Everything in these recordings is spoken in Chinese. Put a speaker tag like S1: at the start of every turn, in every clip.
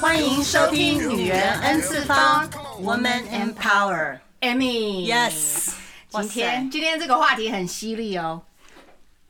S1: 欢迎收听《女人 N 次方》，Woman and Power。
S2: Amy。
S1: Yes，哇塞
S2: 今天今天这个话题很犀利哦。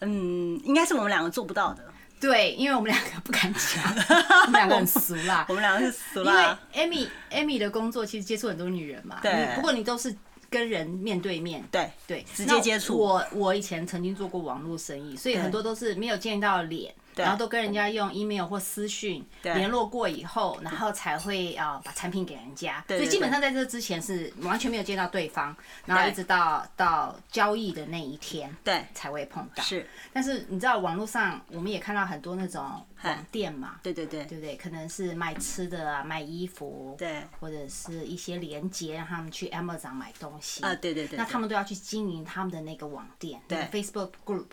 S1: 嗯，应该是我们两个做不到的。
S2: 对，因为我们两个不 敢讲，我们两个很俗啦
S1: 我。们两个是死
S2: 因
S1: 啦。
S2: 为 Amy Amy 的工作其实接触很多女人嘛，
S1: 对
S2: 你不过你都是跟人面对面，
S1: 对，
S2: 对，
S1: 直
S2: 那
S1: 接接触
S2: 我我以前曾经做过网络生意，所以
S1: 对
S2: 很多都是没有见到脸。
S1: 对
S2: 然后都跟人家用 email 或私讯
S1: 对
S2: 联络过以后，然后才会啊、呃把产品给人家。
S1: 对对
S2: 所以基本上在这之前是完全没有见到对方，然后
S1: 对
S2: 一直到到交易的那一天
S1: 对，
S2: 才会碰到。
S1: 是，
S2: 但是你知道网络上我们也看到很多那种网店嘛，
S1: 对对对
S2: 对不对？可能是卖吃的啊，卖衣服，
S1: 对，
S2: 或者是一些连接让他们去 Amazon 买东西
S1: 啊，对对对，
S2: 那他们都要去经营他们的那个网店，
S1: 对
S2: 那个 Facebook group。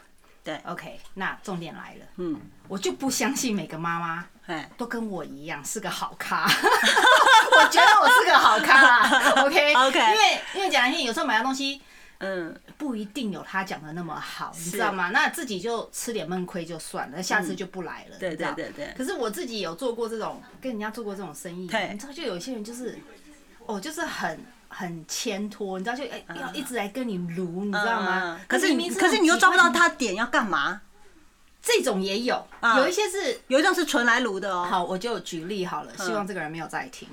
S1: 对
S2: ，OK，那重点来了，
S1: 嗯，
S2: 我就不相信每个妈妈
S1: 哎，
S2: 都跟我一样是个好咖， 我觉得我是个好咖啦，OK
S1: OK
S2: 因为因为讲来听，有时候买的东西
S1: 嗯，
S2: 不一定有他讲的那么好，你知道吗？那自己就吃点闷亏就算了，下次就不来了，
S1: 嗯对
S2: 你知道
S1: 对对对
S2: 可是我自己有做过这种跟人家做过这种生意，
S1: 对
S2: 你知道，就有一些人就是，哦，就是很。很牵拖，你知道就哎要一直来跟你撸，你知道吗
S1: 嗯嗯？可是
S2: 明
S1: 你，
S2: 明
S1: 可是你又抓不
S2: 那
S1: 到
S2: 种
S1: 他点要干嘛？
S2: 几，这种也有，
S1: 嗯
S2: 有一些是
S1: 有一种是纯来炉的哦。嗯
S2: 好，我就举例好了，希望这个人没有 在听。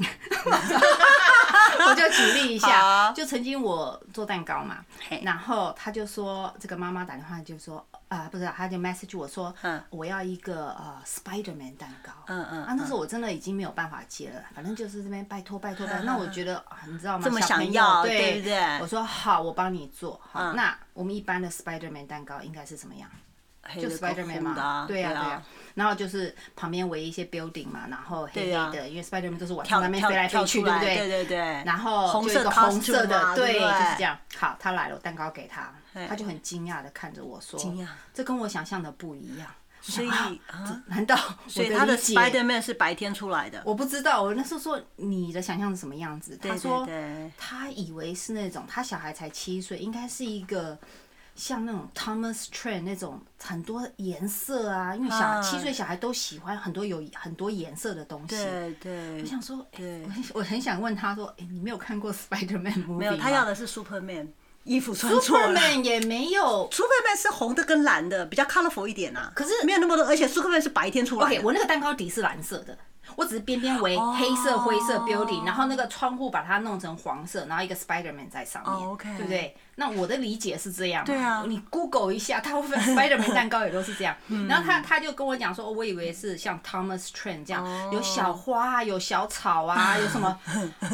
S2: 我就举例一下，
S1: 好
S2: 就曾经我做蛋糕嘛
S1: 嘿，
S2: 然后他就说，这个妈妈打电话就说，啊、不是啊，他就 message 我说，
S1: 嗯
S2: 我要一个呃 Spiderman 蛋糕，
S1: 嗯嗯
S2: 啊，那时候我真的已经没有办法接了，反正就是这边拜托拜 托拜托，那我觉得啊你知道吗？
S1: 这么
S2: 小
S1: 想
S2: 朋友
S1: 要
S2: 对
S1: 对不对
S2: 我说好，我帮你做，好，
S1: 嗯
S2: 那我们一般的 Spiderman 蛋糕应该是什么样？
S1: 黑
S2: 就
S1: 的跟
S2: Spiderman
S1: 红的
S2: 嘛，
S1: 啊，
S2: 对呀、
S1: 呀
S2: 对呀、
S1: 呀。
S2: 然后就是旁边围一些 building 嘛，然后黑黑
S1: 对啊
S2: 的，因为 Spiderman 都是往
S1: 跳
S2: 上面
S1: 跳
S2: 飞来
S1: 跳
S2: 飞去，
S1: 出
S2: 对
S1: 来，
S2: 不对？
S1: 对对对。然
S2: 然后
S1: 红
S2: 就有一
S1: 色
S2: 个红色
S1: costume
S2: 的，
S1: 嘛对不
S2: 就
S1: 对
S2: 是这样。好，他来了，我蛋糕给他，他就很惊讶的看着我说：“
S1: 惊讶
S2: 这跟我想象的不一样。”
S1: 所以
S2: 啊
S1: 啊，
S2: 难道
S1: 所
S2: 所
S1: 以他的
S2: 理解
S1: Spider Man 是白天出来的。
S2: 我不知道，我那时候说你的想象是什么样子，
S1: 对
S2: 他说
S1: 对对
S2: 他以为是那种他小孩才七岁，应该是一个像那种 Thomas Train 那种很多颜色啊，因为小孩
S1: 啊
S2: 七岁小孩都喜欢很多有很多颜色的东西。
S1: 对对
S2: 我，想说，哎
S1: 对
S2: 我很我很想问他说，哎、你没有看过 Spider Man movie
S1: 没有，他要的是 Superman，衣服穿错了。
S2: Superman 也没有。
S1: Superman 是红的跟蓝的，比较 colorful 一点啊。
S2: 可是
S1: 没有那么多，而且 Superman 是白天出来
S2: OK，
S1: 的。
S2: 我那个蛋糕底是蓝色的，我只是边边围
S1: 哦
S2: 黑色、灰色 building，、然后那个窗户把它弄成黄色，然后一个 Spider Man 在上面
S1: 哦，OK
S2: 对不对？那我的理解是这样嘛，
S1: 对啊
S2: 你 Google 一下，大部 分 Spider Man 蛋糕也都是这样。
S1: 嗯
S2: 然后他他就跟我讲说，哦我以为是像 Thomas Train 这样，
S1: 哦
S2: 有小花啊，有小草啊，有 什么？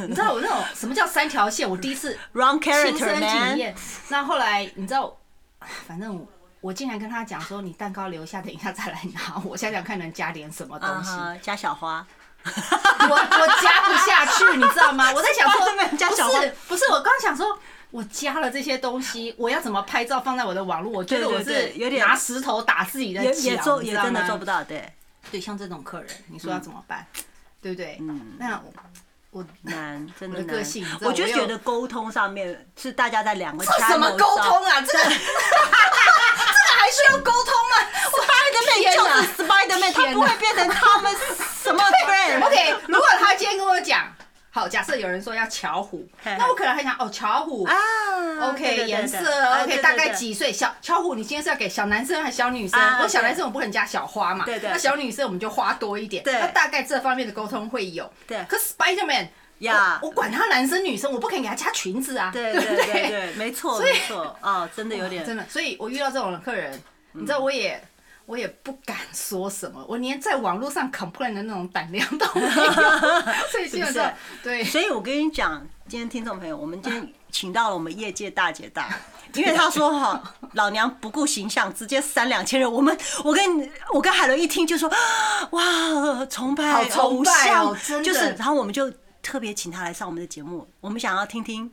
S2: 你知道我那种什么叫三条线？我第一次
S1: Wrong
S2: 亲
S1: character
S2: 身体
S1: man。
S2: 验。那后来你知道，唉反正我我竟然跟他讲说，你蛋糕留下，等一下再来拿。我想想看能加点什么东
S1: 啊
S2: 西，
S1: 哈，加小花。
S2: 我我加不下去，你知 道吗？我在想说
S1: Spiderman，加，小
S2: 不
S1: 花
S2: 是不是，我刚想说。我加了这些东西，我要怎么拍照放在我的网络？我觉得我
S1: 对对
S2: 是
S1: 对有点
S2: 拿石头打自己的
S1: 也
S2: 脚，
S1: 也做
S2: 你
S1: 也
S2: 知道
S1: 真的
S2: 吗
S1: 做不到，嗯对，
S2: 对，像这种客人，你说要怎么办？对不对？
S1: 嗯
S2: 那我我
S1: 难， 真的
S2: 我的
S1: 难。
S2: 个性你知道
S1: 我就
S2: 我又
S1: 觉得沟通上面是大家在两个
S2: 这什么沟通啊？这个 这个还需要沟通吗？我天
S1: ？Spiderman
S2: 哪
S1: 就是 Spiderman，他
S2: 天
S1: 不
S2: 哪
S1: 会变成他们什么 friend。
S2: OK，如果他今天跟我讲，好，假设有人说要巧虎，
S1: 嘿
S2: 那我可能还想哦，巧虎。
S1: 啊
S2: OK，颜色 OK，大概？几岁？小巧虎，你今天是要给小男生还是小女生
S1: 啊？
S2: 我小
S1: 对
S2: 男生我不可能加小花嘛，
S1: 对对
S2: 那小女生我们就花多一点，
S1: 对
S2: 那大概这方面的沟通会有。
S1: 对
S2: 可 Spiderman
S1: 呀
S2: 我我管他男生女生，我不可能给他加裙子啊，
S1: 对
S2: 不
S1: 对对对对，没错
S2: 所以
S1: 没错，哦，真的有点嗯
S2: 真的，所以我遇到这种客人，你知道我也。我也不敢说什么，我连在网络上 complain 的那种胆量都 没有，所以基本上对，
S1: 所以我跟你讲，今天听众朋友，我们今天请到了我们业界大姐大，因为她说哈，老娘不顾形象，直接三两千人。我们，我跟我跟海伦一听就说，啊哇，崇拜
S2: 好崇拜哦
S1: 偶像
S2: 真的
S1: 就是，然后我们就特别请她来上我们的节目，我们想要听听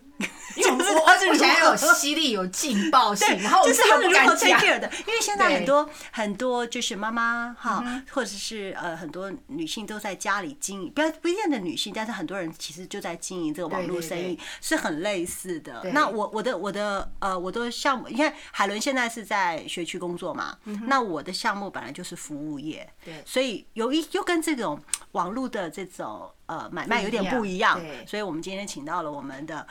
S2: 因为我
S1: 就是
S2: 我
S1: 他
S2: 而
S1: 是
S2: 且
S1: 如何
S2: 我 想要有犀利、有劲爆性，然后我
S1: 这
S2: 们
S1: 是
S2: 都
S1: 他们
S2: 不
S1: 如
S2: 敢
S1: 何 take
S2: 讲。
S1: care 的，因为现在
S2: 对嗯
S1: 很多很多就是妈妈哈，或者是呃很多女性都在家里经营，不要不一定的女性，但是很多人其实就在经营这个网络
S2: 对对
S1: 生意
S2: 对
S1: 是很类似的
S2: 对。
S1: 那我我的我的呃我的项目，你看海伦现在是在学区工作嘛，那我的项目本来就是服务业，
S2: 嗯对
S1: 所以有一又跟这种网络的这种呃买卖有点不一样
S2: 不一样对，
S1: 所以我们今天请到了我们的。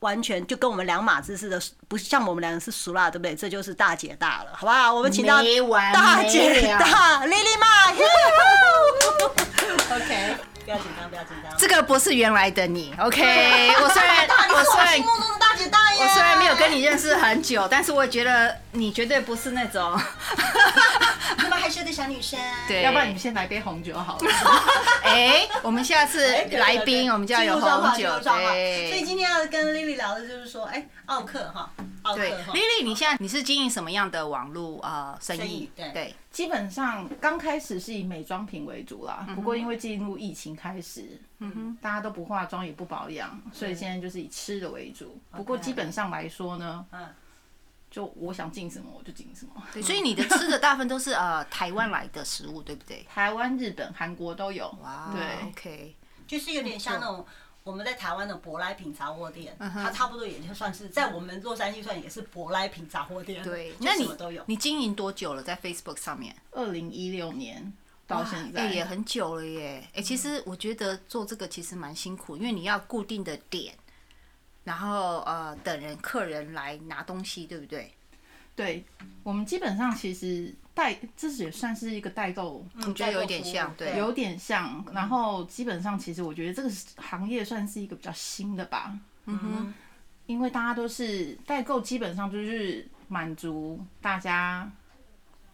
S1: 完全就跟我们两码子似的，不是像我们两个是熟啦，对不对？这就是大姐大了，好不好？我们请到
S2: 没完
S1: 大
S2: 没
S1: 姐
S2: 了
S1: 大莉莉妈，耶
S2: OK，
S1: 不要紧张，不要紧张。
S2: 这个不是原来的你。OK，我哎 虽然
S1: 大，你
S2: 我
S1: 是啊
S2: 虽
S1: 我
S2: 然
S1: 心目中的大姐大耶！
S2: 我虽然没有跟你认识很久，但是我觉得你绝对不是那种，
S1: 那么害羞的小女生，
S2: 对，
S3: 要不然你们先来杯红酒好了。
S2: 哎，我们下次
S1: 哎，对
S2: 来
S1: 对
S2: 宾
S1: 对
S2: 我们就要
S1: 进
S2: 有
S1: 入状
S2: 红
S1: 况进
S2: 酒
S1: 入，状况所以
S2: 对。
S1: 今天要跟 Lily 聊的就是说，哎，奥克哈，奥克
S2: 对
S1: 哈，
S2: ，Lily，你现在你是经营什么样的网络呃生
S1: 生
S2: 意
S1: 意？对嗯
S2: 对，
S3: 基本上刚开始是以美妆品为主啦，
S2: 嗯
S3: 不过因为进入疫情开始，大家都不化妆也不保养，所以现在就是以吃的为主。不过基本上来说呢，
S1: 嗯
S3: 就我想进什么我就进什么。
S2: 对所以你的吃的大部分都是呃台湾来的食物，对不对？
S3: 台湾、日本、韩国都有。
S2: 哇
S3: 对
S2: ，OK，
S1: 就是有点像那种我们在台湾的舶来品杂货店，
S2: 嗯
S1: 它差不多也就算是在我们洛杉矶算也是舶来品杂货店，
S2: 对
S1: 就。嗯
S2: 那
S1: 什
S2: 你
S1: 么都有。
S2: 你经营多久了？在 Facebook 上面？
S3: 二零一六年
S1: 啊
S3: 到现
S2: 哎、
S3: 在，
S2: 也很久了耶。哎、其实
S1: 嗯
S2: 我觉得做这个其实蛮辛苦，因为你要固定的点，然后呃等人客人来拿东西，对不对？
S3: 对我们基本上其实代，这也算是一个代购。
S1: 嗯
S2: 觉得有一点
S1: 代
S2: 像
S1: 购服务
S2: 对
S3: 有点像，然后基本上，其实我觉得这个行业算是一个比较新的吧，
S2: 嗯哼，
S3: 因为大家都是代购，基本上就是满足大家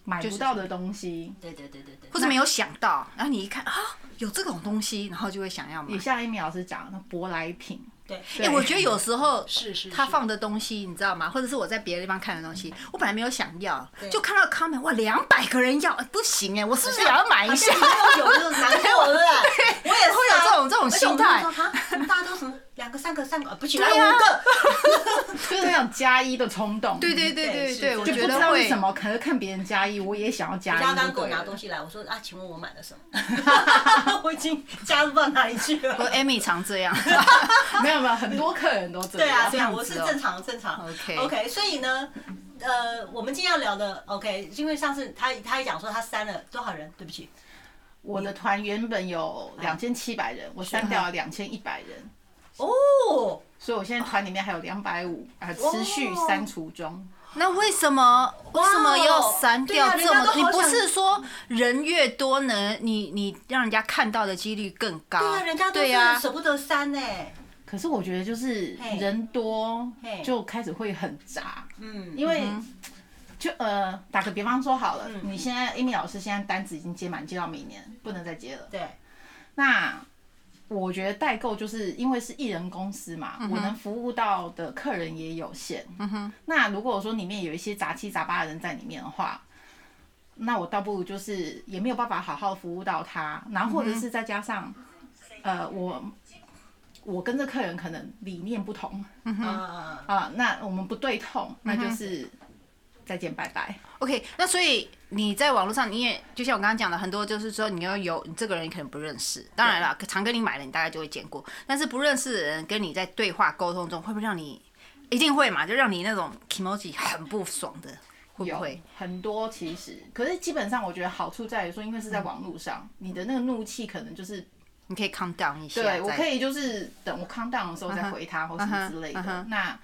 S3: 买不到的东西，
S1: 对对对对对，
S2: 或者没有想到，然后你一看啊有这种东西，然后就会想要买
S3: 也。像 Amy 老师讲的舶来品，
S1: 对，
S2: 哎、我觉得有时候
S1: 是是
S2: 他
S1: 是
S2: 放的东西，你知道吗？或者是我在别的地方看的东
S1: 嗯
S2: 西，我本来没有想要，就看到 comment，哇，两百个人要，哎不行哎、我是不是也要买一下？
S1: 好像有这种难过，对不 对？我也是啊
S2: 会有这种这种
S1: 而且我
S2: 心态
S1: 们就说哈，我们大家都什么两个、三个、三个，呃不行，来
S2: 对啊
S1: 五个，
S3: 就是那种加一的冲动，
S2: 对对对对
S1: 是
S2: 对，
S1: 就
S2: 我
S3: 就
S2: 觉
S3: 不知
S2: 得
S3: 道
S2: 会
S3: 为什么，可能看别人加一，我也想要加
S1: 人
S3: 一，
S1: 家刚给我拿东
S3: 西，
S1: 西来，我说啊，请问我买了什么？ 我已经加入到哪里去
S2: 我
S1: 了？
S2: Amy 常这样。
S3: 没有没有，很多客人都 这样，
S1: 对啊，
S2: 这
S1: 对
S2: 样
S1: 啊，
S2: 子哦
S1: 我是正常正常。
S2: OK
S1: OK，所以呢，呃，我们今天要聊的 OK，因为上次他他也讲说他删了多少人，对不起，
S3: 我的团原本有
S2: 嗯
S3: 两千七百人，我删掉了两千一百人，
S1: 哦，
S3: 所以我现在团里面还有两百五，啊，
S1: 哇
S3: 持续删除中。
S2: 那为什么为什么要删掉
S1: 对啊
S2: 这么多？
S1: 人家都
S2: 你
S1: 好
S2: 不
S1: 想
S2: 是说人越多呢，你你让人家看到的几率更高？
S1: 对啊，人家都
S2: 对呀、
S1: 是舍不得删呢，
S3: 可是我觉得就是
S1: 嘿
S3: 人多
S1: 嘿
S3: 就开始会很杂，
S1: 嗯，
S3: 因为就呃打个比方说好了，
S1: 嗯
S3: 你现在 Amy 老师现在单子已经接满，接到明年不能再接了。
S1: 对，
S3: 那我觉得代购就是因为是艺人公司嘛，我能服务到的客人也有限。那如果说里面有一些杂七杂八的人在里面的话，那我倒不如就是也没有办法好好服务到他，然后或者是再加上，呃，我我跟这客人可能理念不同
S2: 嗯
S1: 啊，
S3: 啊、那我们不对痛，那就是再见拜拜。
S2: OK，那所以你在网络上，你也就像我刚刚讲的，很多就是说你要有你这个人可能不认识，当然了，常跟你买的你大概就会见过，但是不认识的人跟你在对话沟通中，会不会让你一定会嘛？就让你那种 emoji 很不爽的，会不会
S3: 有？很多其实，可是基本上我觉得好处在于说，因为是在网络上，你的那个怒气可能就是
S2: 你可以 calm down 一下，
S3: 对，我
S2: 再嗯
S3: 可以就是等我 calm down 的时候再回他或什么之类
S2: 嗯哼嗯
S3: 的。
S2: 哼
S3: 那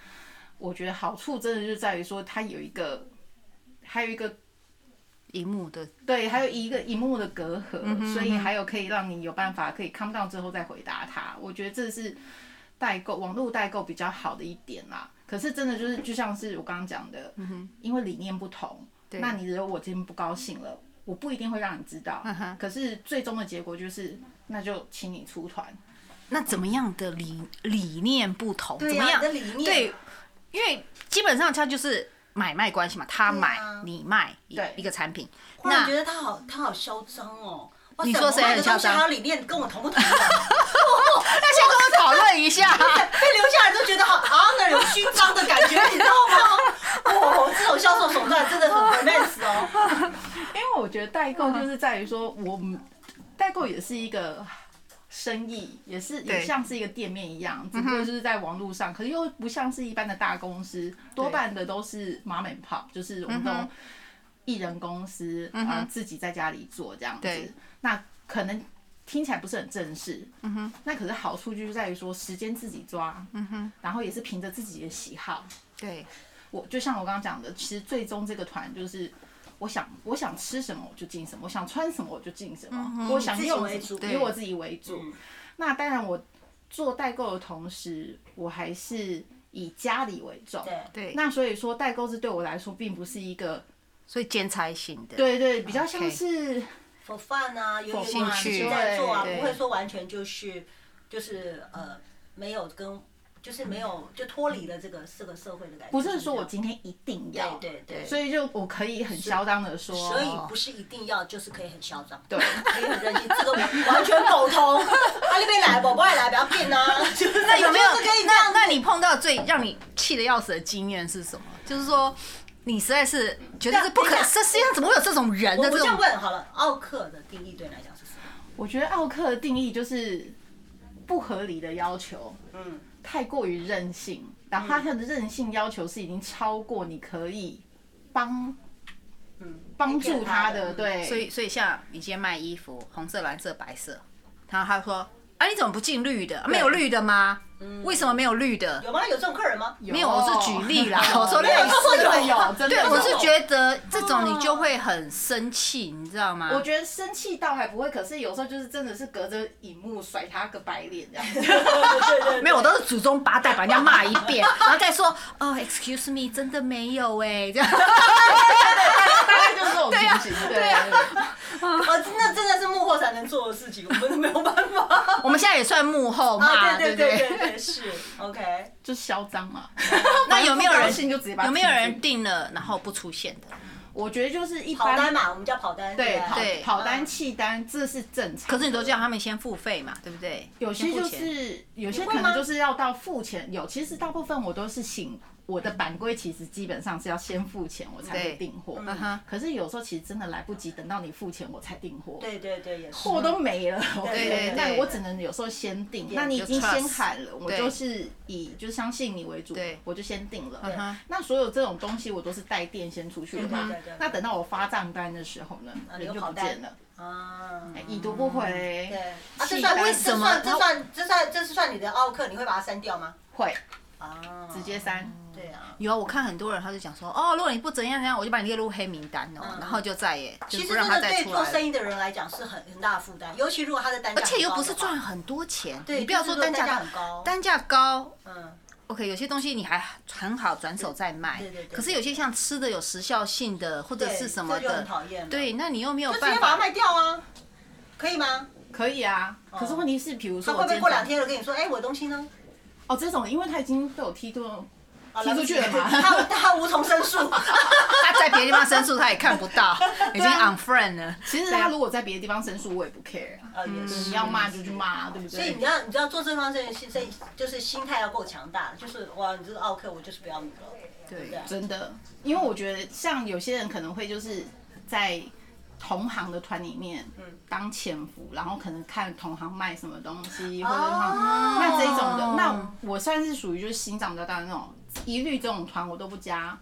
S3: 我觉得好处真的就在于说，它有一个，还有一个
S2: 荧幕的
S3: 对，还有一个荧幕的隔阂，所以
S2: 嗯哼
S3: 还有可以让你有办法可以 calm down 之后再回答他。我觉得这是代购网络代购比较好的一点啦。可是真的就是就像是我刚刚讲的，因为理念不同，
S2: 嗯对
S3: 那你惹我今天不高兴了。我不一定会让你知道，
S2: 嗯
S3: 可是最终的结果就是，那就请你出团。
S2: 那怎么样的理理念不同？
S1: 对啊
S2: 怎么
S1: 呀，
S2: 样
S1: 你的？理念，
S2: 对，因为基本上它就是买卖关系嘛，他买、你卖一
S3: 对
S2: 一个产品。
S1: 忽然
S2: 那
S1: 觉得他好，他好嚣张哦。哇塞
S2: 你说谁
S1: 我卖的
S2: 很嚣张
S1: 东西还有理念，跟我同不同啊？
S2: 那先跟我讨论一 下。
S1: 被留下来都觉得好啊，那有勋章的感觉，你知道吗？哦，这种销售手段真的很 romance 哦。
S3: 因为我觉得代购就是在于说，我们代购也是一个生意，也是也
S2: 对
S3: 像是一个店面一样，只不过就是在网络上，可是又不像是一般的大公司，多半的都是妈美泡，就是我们这种艺人公司，
S2: 嗯
S3: 嗯、
S2: 哼
S3: 自己在家里做这样
S2: 对
S3: 子。那可能。听起来不是很正式，嗯哼，那可是好处就是在于说时间自己抓，嗯哼，然后也是凭着自己的喜好，
S2: 对，
S3: 我就像我刚刚讲的，其实最终这个团就是我想我想吃什么我就进什么，我想穿什么我就进什么，我想用
S1: 嗯以自己为主
S3: 以
S2: 对
S3: 我自己为主。
S1: 嗯
S3: 那当然，我做代购的同时，我还是以家里为重。
S2: 对
S3: 那所以说，代购是对我来说并不是一个，
S2: 所以兼差型的。
S3: 对对，比较像是
S1: ，for fun 啊，有有
S2: 兴趣
S1: 有在做啊，
S2: 对
S1: 不会说完全就是就是呃没有跟就是没有就脱离了这个这个社会的感觉。
S3: 不是说我今天一定
S1: 对
S3: 要，
S1: 对对，
S3: 所以就我可以很嚣张的说，
S1: 所以不是一定要就是可以很嚣张，
S3: 哦对，
S1: 可以很任性，这个完全苟同。阿里贝来吧，不爱来不要变呐。那
S2: 那哎有没有
S1: 可以这
S2: 那
S1: 样？
S2: 那你碰到最让你气得要死的经验是什么？就是说，你实在是觉得是不可，
S1: 等一下
S2: 这世界上怎么会有这种人
S1: 我
S2: 的
S1: 我
S2: 这
S1: 这样
S2: 种？
S1: 问好了，奥克的定义对你来讲是什么？
S3: 我觉得奥克的定义就是不合理的要求，
S1: 嗯，
S3: 太过于任性，然后他的任性要求是已经超过你可以帮，
S1: 嗯
S3: 帮助他的，
S1: 嗯
S3: 对，
S2: 所以所以像你今天卖衣服，红色、蓝色、白色，然后他说：“啊，你怎么不进绿的？没有绿的吗？
S1: 嗯
S2: 为什么没有绿的？”
S1: 有吗？有这种客人吗？
S3: 有哦
S2: 没有，我是举例啦，我 说类
S1: 没有
S2: 似
S1: 他说
S3: 真的
S1: 有
S3: 有，真的
S2: 对，
S3: 有
S2: 我是觉得这种
S1: 哦
S2: 你就会很生气，你知道吗？
S3: 我觉得生气倒还不会，可是有时候就是真的是隔着荧幕甩他个白脸这样 子。
S2: 没有，我都是祖宗八代把人家骂一遍， 然后再说哦，excuse me，真的没有哎， 这样
S3: 大概就是这种情形，对
S2: 啊
S1: 啊，那真的是幕后才能做的事情，我们都没有办法。
S2: 我们现在也算幕后
S1: 啊，
S2: 骂，
S1: 对
S2: 不
S1: 对对对对，是 OK。
S3: 就是嚣张嘛。
S2: 那有没有
S3: 不高
S2: 人
S3: 兴就直接把他
S2: 有没有
S3: 踢出去
S2: 人订了然后不出现的？
S3: 我觉得就是一
S1: 跑单
S3: 般
S1: 嘛，我们叫跑单。
S3: 对
S1: 不
S3: 跑
S2: 对
S3: 跑单弃单，这是正常。
S2: 可是你都叫他们先付费嘛，对不对？
S3: 有些
S2: 先付
S3: 就
S2: 钱
S3: 是有些
S1: 会
S3: 可
S1: 吗
S3: 能就是要到付钱，有其实大部分我都是请我的版规，其实基本上是要先付钱我才
S2: 对
S3: 会订货
S2: 嗯哼。
S3: 可是有时候其实真的来不及，等到你付钱我才订货，
S1: 对对对，也是。
S3: 货都没了。
S1: 对
S3: OK，
S1: 对
S3: 那我只能有时候先订。那你已经先喊了，我就是以就相信你为主
S2: 对，
S3: 我就先订了。
S2: 嗯哼
S3: 那所有这种东西我都是带电先出去的嘛
S1: 对对对对。
S3: 那等到我发账单的时候呢，人就不见了，
S1: 啊，
S3: 哎已读不回。
S1: 对。啊，这
S3: 气
S1: 算
S3: 单
S1: 为
S2: 哎什么哦
S1: 这算这算这是算你的奥克，你会把它删掉吗？
S3: 会
S1: 啊，
S3: 直接删。
S1: 对啊。
S2: 有啊，我看很多人他就讲说哦，如果你不怎样怎样，我就把你列入黑名单哦，然后就再也就
S1: 嗯其
S2: 是
S1: 实
S2: 不
S1: 真
S2: 让他
S1: 的
S2: 再
S1: 对
S2: 出
S1: 做
S2: 来了
S1: 生。意的人来讲是很很大的负担，尤其如果他的单价
S2: 而且又
S1: 很高
S2: 不
S1: 的
S2: 是
S1: 话
S2: 赚很多钱，
S1: 对
S2: 你不要
S1: 就是
S2: 说
S1: 说
S2: 单
S1: 单
S2: 价
S1: 价很高
S2: 单价高
S1: 嗯，
S2: ，OK，有些东西你还很好转手再卖，
S1: 对对对对
S2: 可是有些像吃的有时效性的或者
S1: 对
S2: 是什么
S1: 这就很
S2: 的，
S1: 讨厌了。，
S2: 对，那你又没有
S1: 就直接
S2: 办
S1: 把它
S2: 法，
S1: 卖掉啊，可以吗？
S3: 可以啊，可是问题是，比如
S1: 哦他
S3: 说我
S1: 会不会
S3: 今
S1: 过两
S3: 早
S1: 天了跟你说，哎，我的东西呢？
S3: 哦，这种因为他已经被我踢断，
S1: 啊
S3: 踢出去了嘛
S1: 他他无从申 诉。
S2: 他在别的地方申诉他也看不 到，已经
S1: 啊
S2: unfriend 了。
S3: 其实他如果在别的地方申诉，我也不 care 啊。
S1: 啊，
S2: 嗯
S1: 也
S3: 你
S1: 是。
S3: 要骂就去骂，啊对不
S1: 嗯所以
S3: 对
S1: 你？要你知道做这方面心心就是心态要够强大，就是哇，你这个奥克，我就是不要你了。
S2: 对
S1: 对
S3: 真的，因为我觉得像有些人可能会就是在同行的团里面，
S2: 嗯
S3: 当潜伏，然后可能看同行卖什么东西，或者是他
S1: 哦
S3: 那这一种的，那我算是属于就是心脏比较大的那种，一律这种团我都不加，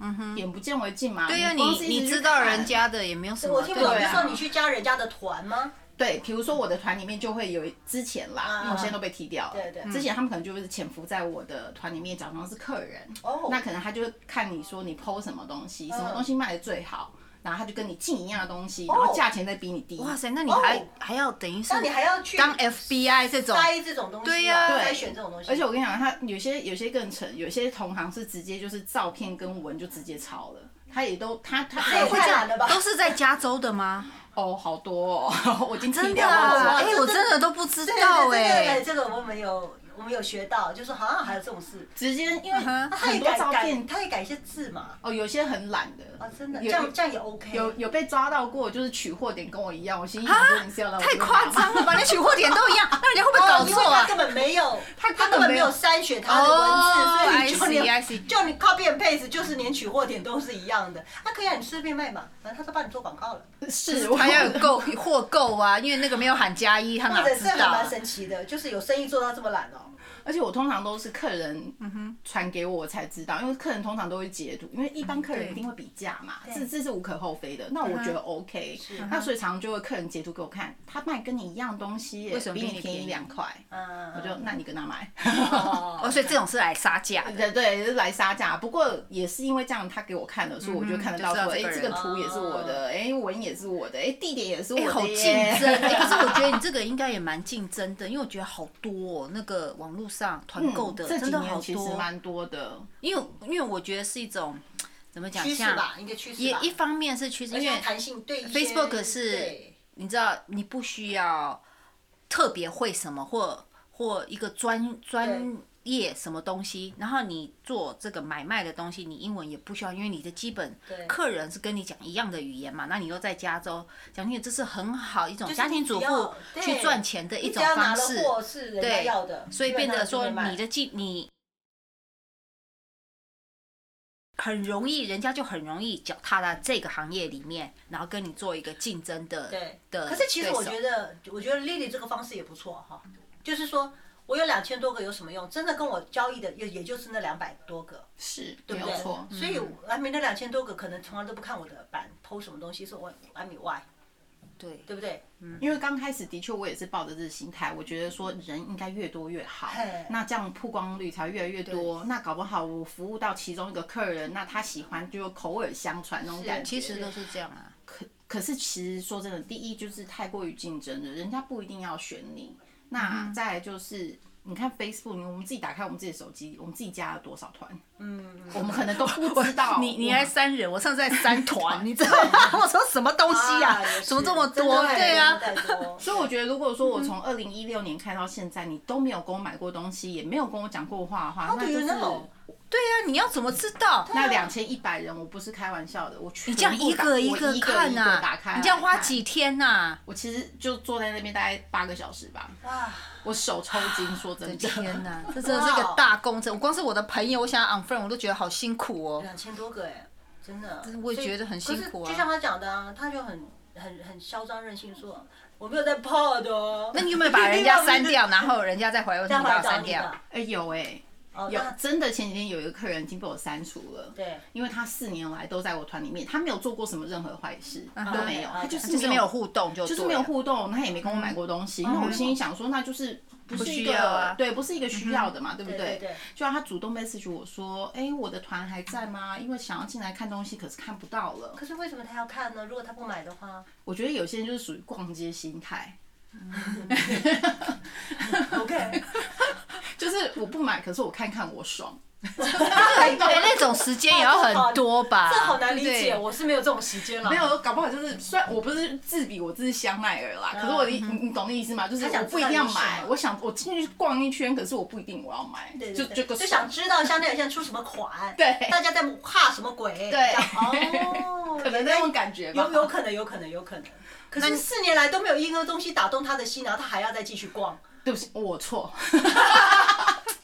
S3: 嗯哼，眼不见为净嘛。
S2: 对呀，
S3: 呀，
S2: 你你知道人家的也没有什么，
S1: 我听不懂，
S2: 对
S1: 你
S2: 啊
S1: 说你去加人家的团吗？
S3: 对，比如说我的团里面就会有之前啦，
S1: 嗯
S3: 因为我现在都被踢掉了。
S1: 对对嗯
S3: 之前他们可能就是潜伏在我的团里面，假装是客人。
S1: 哦嗯
S3: 那可能他就会看你说你 PO 什么东西，什么东西卖的最好，然后他就跟你进一样的东西，然后价钱再比你低。
S2: 哇塞，那你还
S1: 哦
S2: 还要等于是
S1: 那你还要去
S2: 当 FBI 这种，
S1: 筛这种东西啊，
S2: 对呀
S1: 筛
S3: 对
S1: 选这种东西。
S3: 而且我跟你讲，他有些有些更扯，有些同行是直接就是照片跟文就直接抄了，他也都他他
S1: 这也
S3: 他
S1: 太
S3: 在
S1: 懒了吧？
S2: 都是在加州的吗？
S3: 哦，好多哦，我已经踢
S2: 真的
S3: 掉了。
S2: 啊，
S1: 哇
S2: 哎，
S1: 这
S2: 我
S1: 真
S2: 真的都不知
S1: 对
S2: 道
S1: 对对对
S2: 哎
S1: 对。这个我们有，我们有学到，就说好像还有这种事。
S3: 直接因为
S2: 嗯哼
S1: 他
S3: 很
S1: 也
S3: 多
S1: 改
S3: 照
S1: 改，
S3: 片
S1: 他也改一些字嘛。
S3: 哦，有些很懒的
S1: 啊，真的，这
S3: 有
S1: 样这样也 OK。
S3: 有有被抓到过，就是取货点跟我一样，我心里想说你是要来我
S2: 啊太
S3: 这边
S2: 夸
S3: 干嘛
S2: 张了吧？连取货点都一样，那人家会不会搞
S1: 哦，因为
S2: 错
S1: 他
S2: 啊？
S1: 根本没有，他
S3: 根本
S1: 根本没
S3: 没
S1: 有
S3: 有
S1: 筛选他的文字，
S2: 哦
S1: 所以你就
S2: I
S1: 连
S2: see, I see
S1: 就你 copy and paste 就是连取货点都是一样的。啊，可以啊，你随便卖嘛，反正他都帮你做广告了。
S3: 是，
S2: 他要有
S3: 我
S2: 够货够啊，因为那个没有喊加一，他
S1: 或
S2: 哪
S1: 者
S2: 知
S1: 是还
S2: 道啊
S1: 蛮？神奇的，就是有生意做到这么懒哦。
S3: 而且我通常都是客人
S2: 嗯
S3: 传给我我才知道，因为客人通常都会截图，因为一
S2: 嗯
S3: 般客人一定会比价嘛，这这是无可厚非的。那我觉得 OK，那
S2: 嗯
S3: 所以常常就会客人截图给我看，他卖跟你一样东西耶，
S2: 为什么
S3: 比
S2: 比
S3: 你
S2: 你
S3: 便
S2: 便
S3: 宜
S2: 宜
S3: 两块？
S1: 嗯，
S3: 我就那你跟他买，
S2: 哦，所以这种是来杀价的。
S3: 对对，就是来杀价。不过也是因为这样，他给我看了，所以我就看得到说，
S2: 嗯就
S3: 哎
S2: 知道这个，
S3: 这
S2: 人
S3: 个图也是我的，哎，文也是我的，哎，地点也是我
S2: 哎、好
S3: 的
S2: 竞
S3: 耶。
S2: 争！哎、可是我觉得你这个应该也蛮竞争的，因为我觉得好多、哦、那个网络上团购的、
S3: 嗯这
S2: 真
S3: 几
S2: 的好
S3: 年其实
S2: 多，
S3: 蛮多的，
S2: 因为因为我觉得是一种怎么讲，
S1: 趋势
S2: 像
S1: 吧，应该趋势
S2: 也
S1: 吧。
S2: 一方面是趋势，
S1: 而
S2: 因
S1: 且
S2: 为
S1: 弹性对一些
S2: Facebook 是
S1: 对
S2: 你知道你不需要特别会什么或或一个专专业什么东西，然后你做这个买卖的东西，你英文也不需要，因为你的基本
S1: 对
S2: 客人是跟你讲一样的语言嘛，那你又在加州，讲你这是很好一种
S1: 就是
S2: 家庭主
S1: 你只要
S2: 妇去
S1: 对
S2: 赚钱的一
S1: 你只
S2: 种
S1: 要拿
S2: 方
S1: 了
S2: 式，
S1: 货是人家
S2: 对
S1: 要的，
S2: 所以
S1: 基本
S2: 变得
S1: 上就
S2: 说
S1: 会卖
S2: 你的技你很容易，人家就很容易脚踏在这个行业里面，然后跟你做一个竞争的
S1: 对
S2: 的。
S1: 可是其实我觉
S2: 得，
S1: 得，我觉得 Lily 这个方式也不错哈，就是说我有两千多个有什么用？真的跟我交易的也也就是那两百多个，
S3: 是
S1: 对
S3: 没
S1: 不
S3: 有
S1: 对？
S3: 错。
S1: 所以
S2: 嗯
S1: 我艾米那两千多个可能从来都不看我的版，PO 什么东西是我艾米 why，
S2: 对嗯
S1: 对不对？嗯
S3: 因为刚开始的确我也是抱着这个心态，我觉得说人应该越多越好
S1: 嘿，
S3: 那这样曝光率才会越来越多。那搞不好我服务到其中一个客人，那他喜欢就口耳相传那种感觉。
S2: 其实都是这样啊。。
S3: 可可是其实说真的，第一就是太过于竞争了，人家不一定要选你。那再来就是。你看 Facebook，你我们自己打开我们自己的手机，我们自己加了多少团？嗯，我们可能都不知道
S1: 哦
S2: 你你
S3: 我们
S2: 还三人，我上次在 三团，你知道吗？我 说什么东西呀、
S1: 啊也是
S2: 啊怎么这么
S1: 真
S2: 多？
S1: 的
S2: 对啊，
S1: 真的太多
S3: 所以我觉得，如果说
S2: 嗯
S3: 我从二零一六年看到现在，你都没有跟我买过东西，也没有跟我讲过话的话，
S1: do
S3: 那就
S1: you
S3: 是
S1: know？
S2: 对啊，你要怎么知道？
S1: 啊
S3: 那两千一百人，我不是开玩笑的，我
S2: 啊你
S3: 全部
S2: 这样一
S3: 打
S2: 个
S3: 我一
S2: 个
S3: 一
S2: 看
S3: 个打
S2: 呐、
S3: 开，
S2: 你这样花？几天呐、
S3: 我其实就坐在那边大概八个小时吧，
S1: 啊，
S3: 我手抽筋，说真 的，
S2: 天哪，这真的是一
S1: 哦
S2: 个大工程。我光是我的朋友，我想 on friend，我都觉得好辛苦哦。
S1: 两千多个哎，真的
S2: 是，我也
S1: 所以
S2: 觉得很辛苦啊
S1: 可是就像他讲的啊，他就很很很嚣张任性说，我没有在泡的哦。
S2: 那你有没有把人家删掉，然后人家再回来问你
S1: 再
S2: 把
S1: 回来
S2: 我
S1: 找
S2: 删
S1: 你
S2: 掉
S1: 的？？
S3: 哎、有哎、
S1: 哦，
S3: 有
S1: 那
S3: 真的前几天有一个客人已经被我删除了，
S1: 对，
S3: 因为他四年来都在我团里面，他没有做过什么任何坏事，都没有，
S1: 嗯
S3: 他就
S2: 哦就是是没有互动就，
S3: 就是没有。互动，他也没跟我买过东
S1: 嗯
S3: 西。
S1: 哦
S3: 那我心里想说，那就是不是
S2: 不需
S3: 一
S2: 要
S3: 个
S2: 啊
S3: 对，不是一个需要的嘛，对不
S1: 嗯对对对
S3: 就让他主动 message 我说，哎，我的团还在吗？因为想要进来看东西，可是看不到了。
S1: 可是为什么他要看呢？如果他不买的话，
S3: 我觉得有些人就是属于逛街心态，
S1: OK，
S3: 就是我不买，可是我看看我爽。
S2: 哎对，那种时间也要很多吧？
S1: 这好难理
S2: 对
S1: 解，
S2: 不对。
S1: 我是没有这种时间了。
S3: 没有，搞不好就是虽然我不是自比我自己香奈儿啦，可是我的你你懂那意思吗？就是
S1: 嗯他想
S3: 我不一定
S1: 知道
S3: 要
S1: 你是什
S3: 买
S1: 么，
S3: 我想我进去逛一圈，可是我不一定我要买，
S1: 对，
S3: 就
S1: 对对
S3: 就个
S1: 就
S3: 爽
S1: 想知道香奈儿现在出什么款，
S3: 对
S1: 大家在怕什么鬼？对哦，
S3: 可能那种感觉吧
S1: 有有可能，有可能，有可能。可是四年来都没有一个东西打动他的心，然后他还要再继续逛，
S3: 对不起，我错。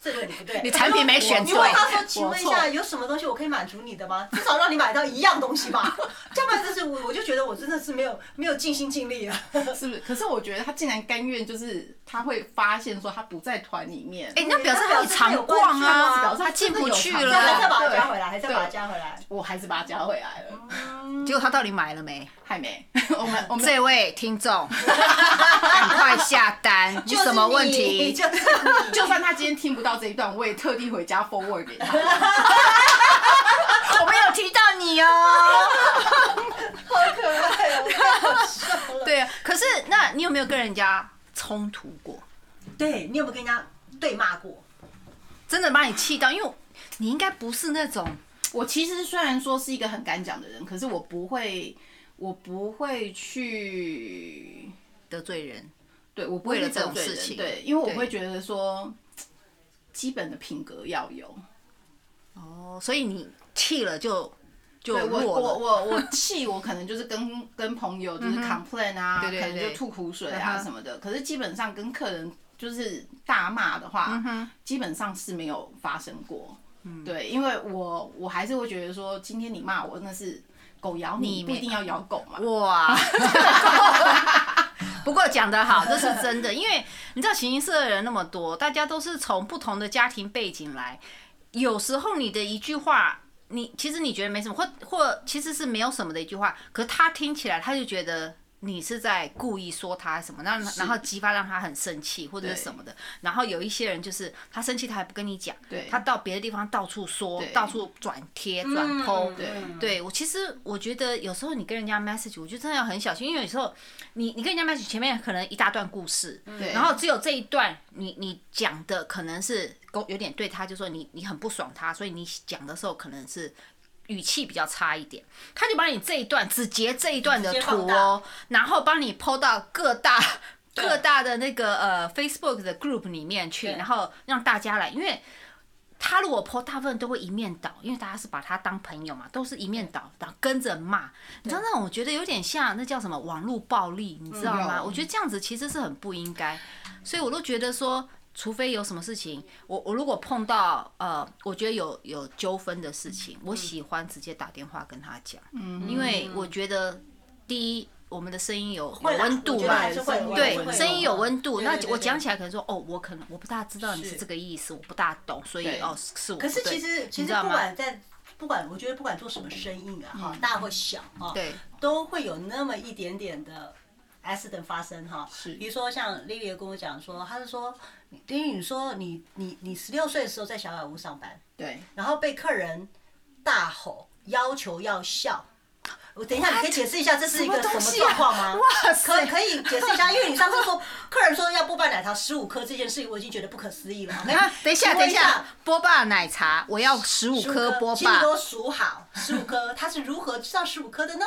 S1: 这个你不对。
S2: 你产品没选
S1: 你
S2: 对，
S1: 问他说：“请问一
S3: 我
S1: 下，
S3: 错
S1: 有什么东西我可以满足你的吗？至少让你买到一样东西吧。要不然就是我，我就觉得我真的是没有没有尽心尽力啊了。
S3: 是不是？可是我觉得他竟然甘愿，就是他会发现说他不在团里面。
S2: 哎，那表示他有常逛
S1: 那
S2: 啊
S1: 表，
S3: 示他
S2: 进
S3: 真的
S2: 不
S3: 有
S2: 去
S3: 常
S1: 那还是要
S2: 了
S1: 把
S3: 逛。
S1: 它
S3: 对
S1: 加回来，还是要把它
S3: 对
S1: 加回来。
S3: 我还是把他加回来
S1: 哦
S3: 了，
S2: 结果他到底买了没？
S3: 还没。 我们我们
S2: 这位听众，赶快下单，有
S1: 就是
S2: 什么问
S1: 你
S2: 题？
S1: 就是你
S3: 就算他今天听不到这一段，我也特地回家 forward 给他。
S2: 我没有提到你哦。
S1: 好可爱哦，太好笑了。
S2: 对啊，可是那你有没有跟人家冲突过？
S1: 对你有没有跟人家对骂过？
S2: 真的把你气到，因为你应该不是那种
S3: 我其实虽然说是一个很敢讲的人，可是我不会，我不会去，
S2: 得罪人。
S3: 对我不会去
S2: 为了这种
S3: 得罪
S2: 事
S3: 人
S2: 情
S3: 对，因为我
S2: 对
S3: 会觉得说。基本的品格要有。
S2: 哦，所以你气了就就
S3: 对我
S2: 弱
S3: 我
S2: 了，嗯
S3: 我我气，我可能就是跟跟朋友就是 complain 啊，
S2: 对对
S3: 可能
S2: 对
S3: 就吐苦水
S2: 嗯
S3: 啊
S2: 哼
S3: 什么的。可是基本上跟客人就是大骂的
S2: 嗯
S3: 话，基本上是没有发生过。对，因为我我还是会觉得说，今天你骂我，那是狗咬你，
S2: 你
S3: 不
S2: 没
S3: 一定要咬狗嘛。
S2: 哇！不过讲得好，这是真的，因为你知道形形色色的人那么多，大家都是从不同的家庭背景来，有时候你的一句话，你其实你觉得没什么，或或其实是没有什么的一句话，可是他听起来他就觉得。你是在故意说他什么，然后然后激发让他很生气或者是
S3: 对
S2: 什么的，然后有一些人就是他生气他还不跟你讲，
S3: 对
S2: 他到别的地方到处说，
S3: 对嗯
S2: 到处转贴转剖，
S3: 对
S2: 对我其实我觉得有时候你跟人家 message，我觉得真的要很小心，因为有时候你你跟人家 message 前面可能一大段故事，
S3: 对
S2: 然后只有这一段你你讲的可能是勾有点对他，就说你你很不爽他，所以你讲的时候可能是。语气比较差一点，他就把你这一段只截这一段的
S1: 直接
S2: 图
S1: 放大
S2: 哦，然后帮你 PO 到各大各大的那个呃 Facebook 的 group 里面去，
S1: 对
S2: 然后让大家来，因为他如果 PO，大部分都会一面倒，因为大家是把他当朋友嘛，都是一面倒，然后跟着骂。你知道那种我觉得有点像那叫什么网络暴力，你知道吗？
S3: 有
S2: 我觉得这样子其实是很不应该，所以我都觉得说。除非有什么事情，我我如果碰到呃，我觉得有有纠纷的事情，我喜欢直接打电话跟他讲，嗯，因为我觉觉得第一，我们的声音有有
S1: 会啦
S2: 温度
S1: 我觉得
S2: 嘛，
S1: 还是会有
S2: 对
S1: 温，度
S2: 声音有温度。
S1: 对
S2: 那
S1: 对对
S2: 我
S1: 对
S2: 讲起来可能说，哦，我可能我不大知道你是
S1: 是
S2: 这个意思，我不大懂，所以
S3: 对
S2: 哦是是我不
S1: 可
S2: 对。
S1: 是其实其实
S2: 你知道
S1: 不
S2: 吗？嗯
S1: 管在不管，我觉得不管做什么生意啊，哈，大或小啊，
S2: 对，
S1: 都会有那么一点点的 accident 发生哈。
S3: 是
S1: 比如说像 Lily 跟我讲说，她是说，因为你说你你你十六岁的时候在小百屋上班，
S3: 对，
S1: 然后被客人大吼要求要笑。我等一下，你可以解释一下这是一个什
S2: 什么东
S1: 么
S2: 西啊
S1: 状况吗？
S2: 哇
S1: 可
S2: 塞
S1: 可以解释一下，因为你上次说客人说要波霸奶茶十五颗这件事情，我已经觉得不可思议了。OK，
S2: 啊，等一下，
S1: 请
S2: 等
S1: 问
S2: 一下，波霸奶茶，我要十五
S1: 15
S2: 颗波
S1: 请你
S2: 霸
S1: 给。我数好十五颗， 他是如何知道十五颗的呢？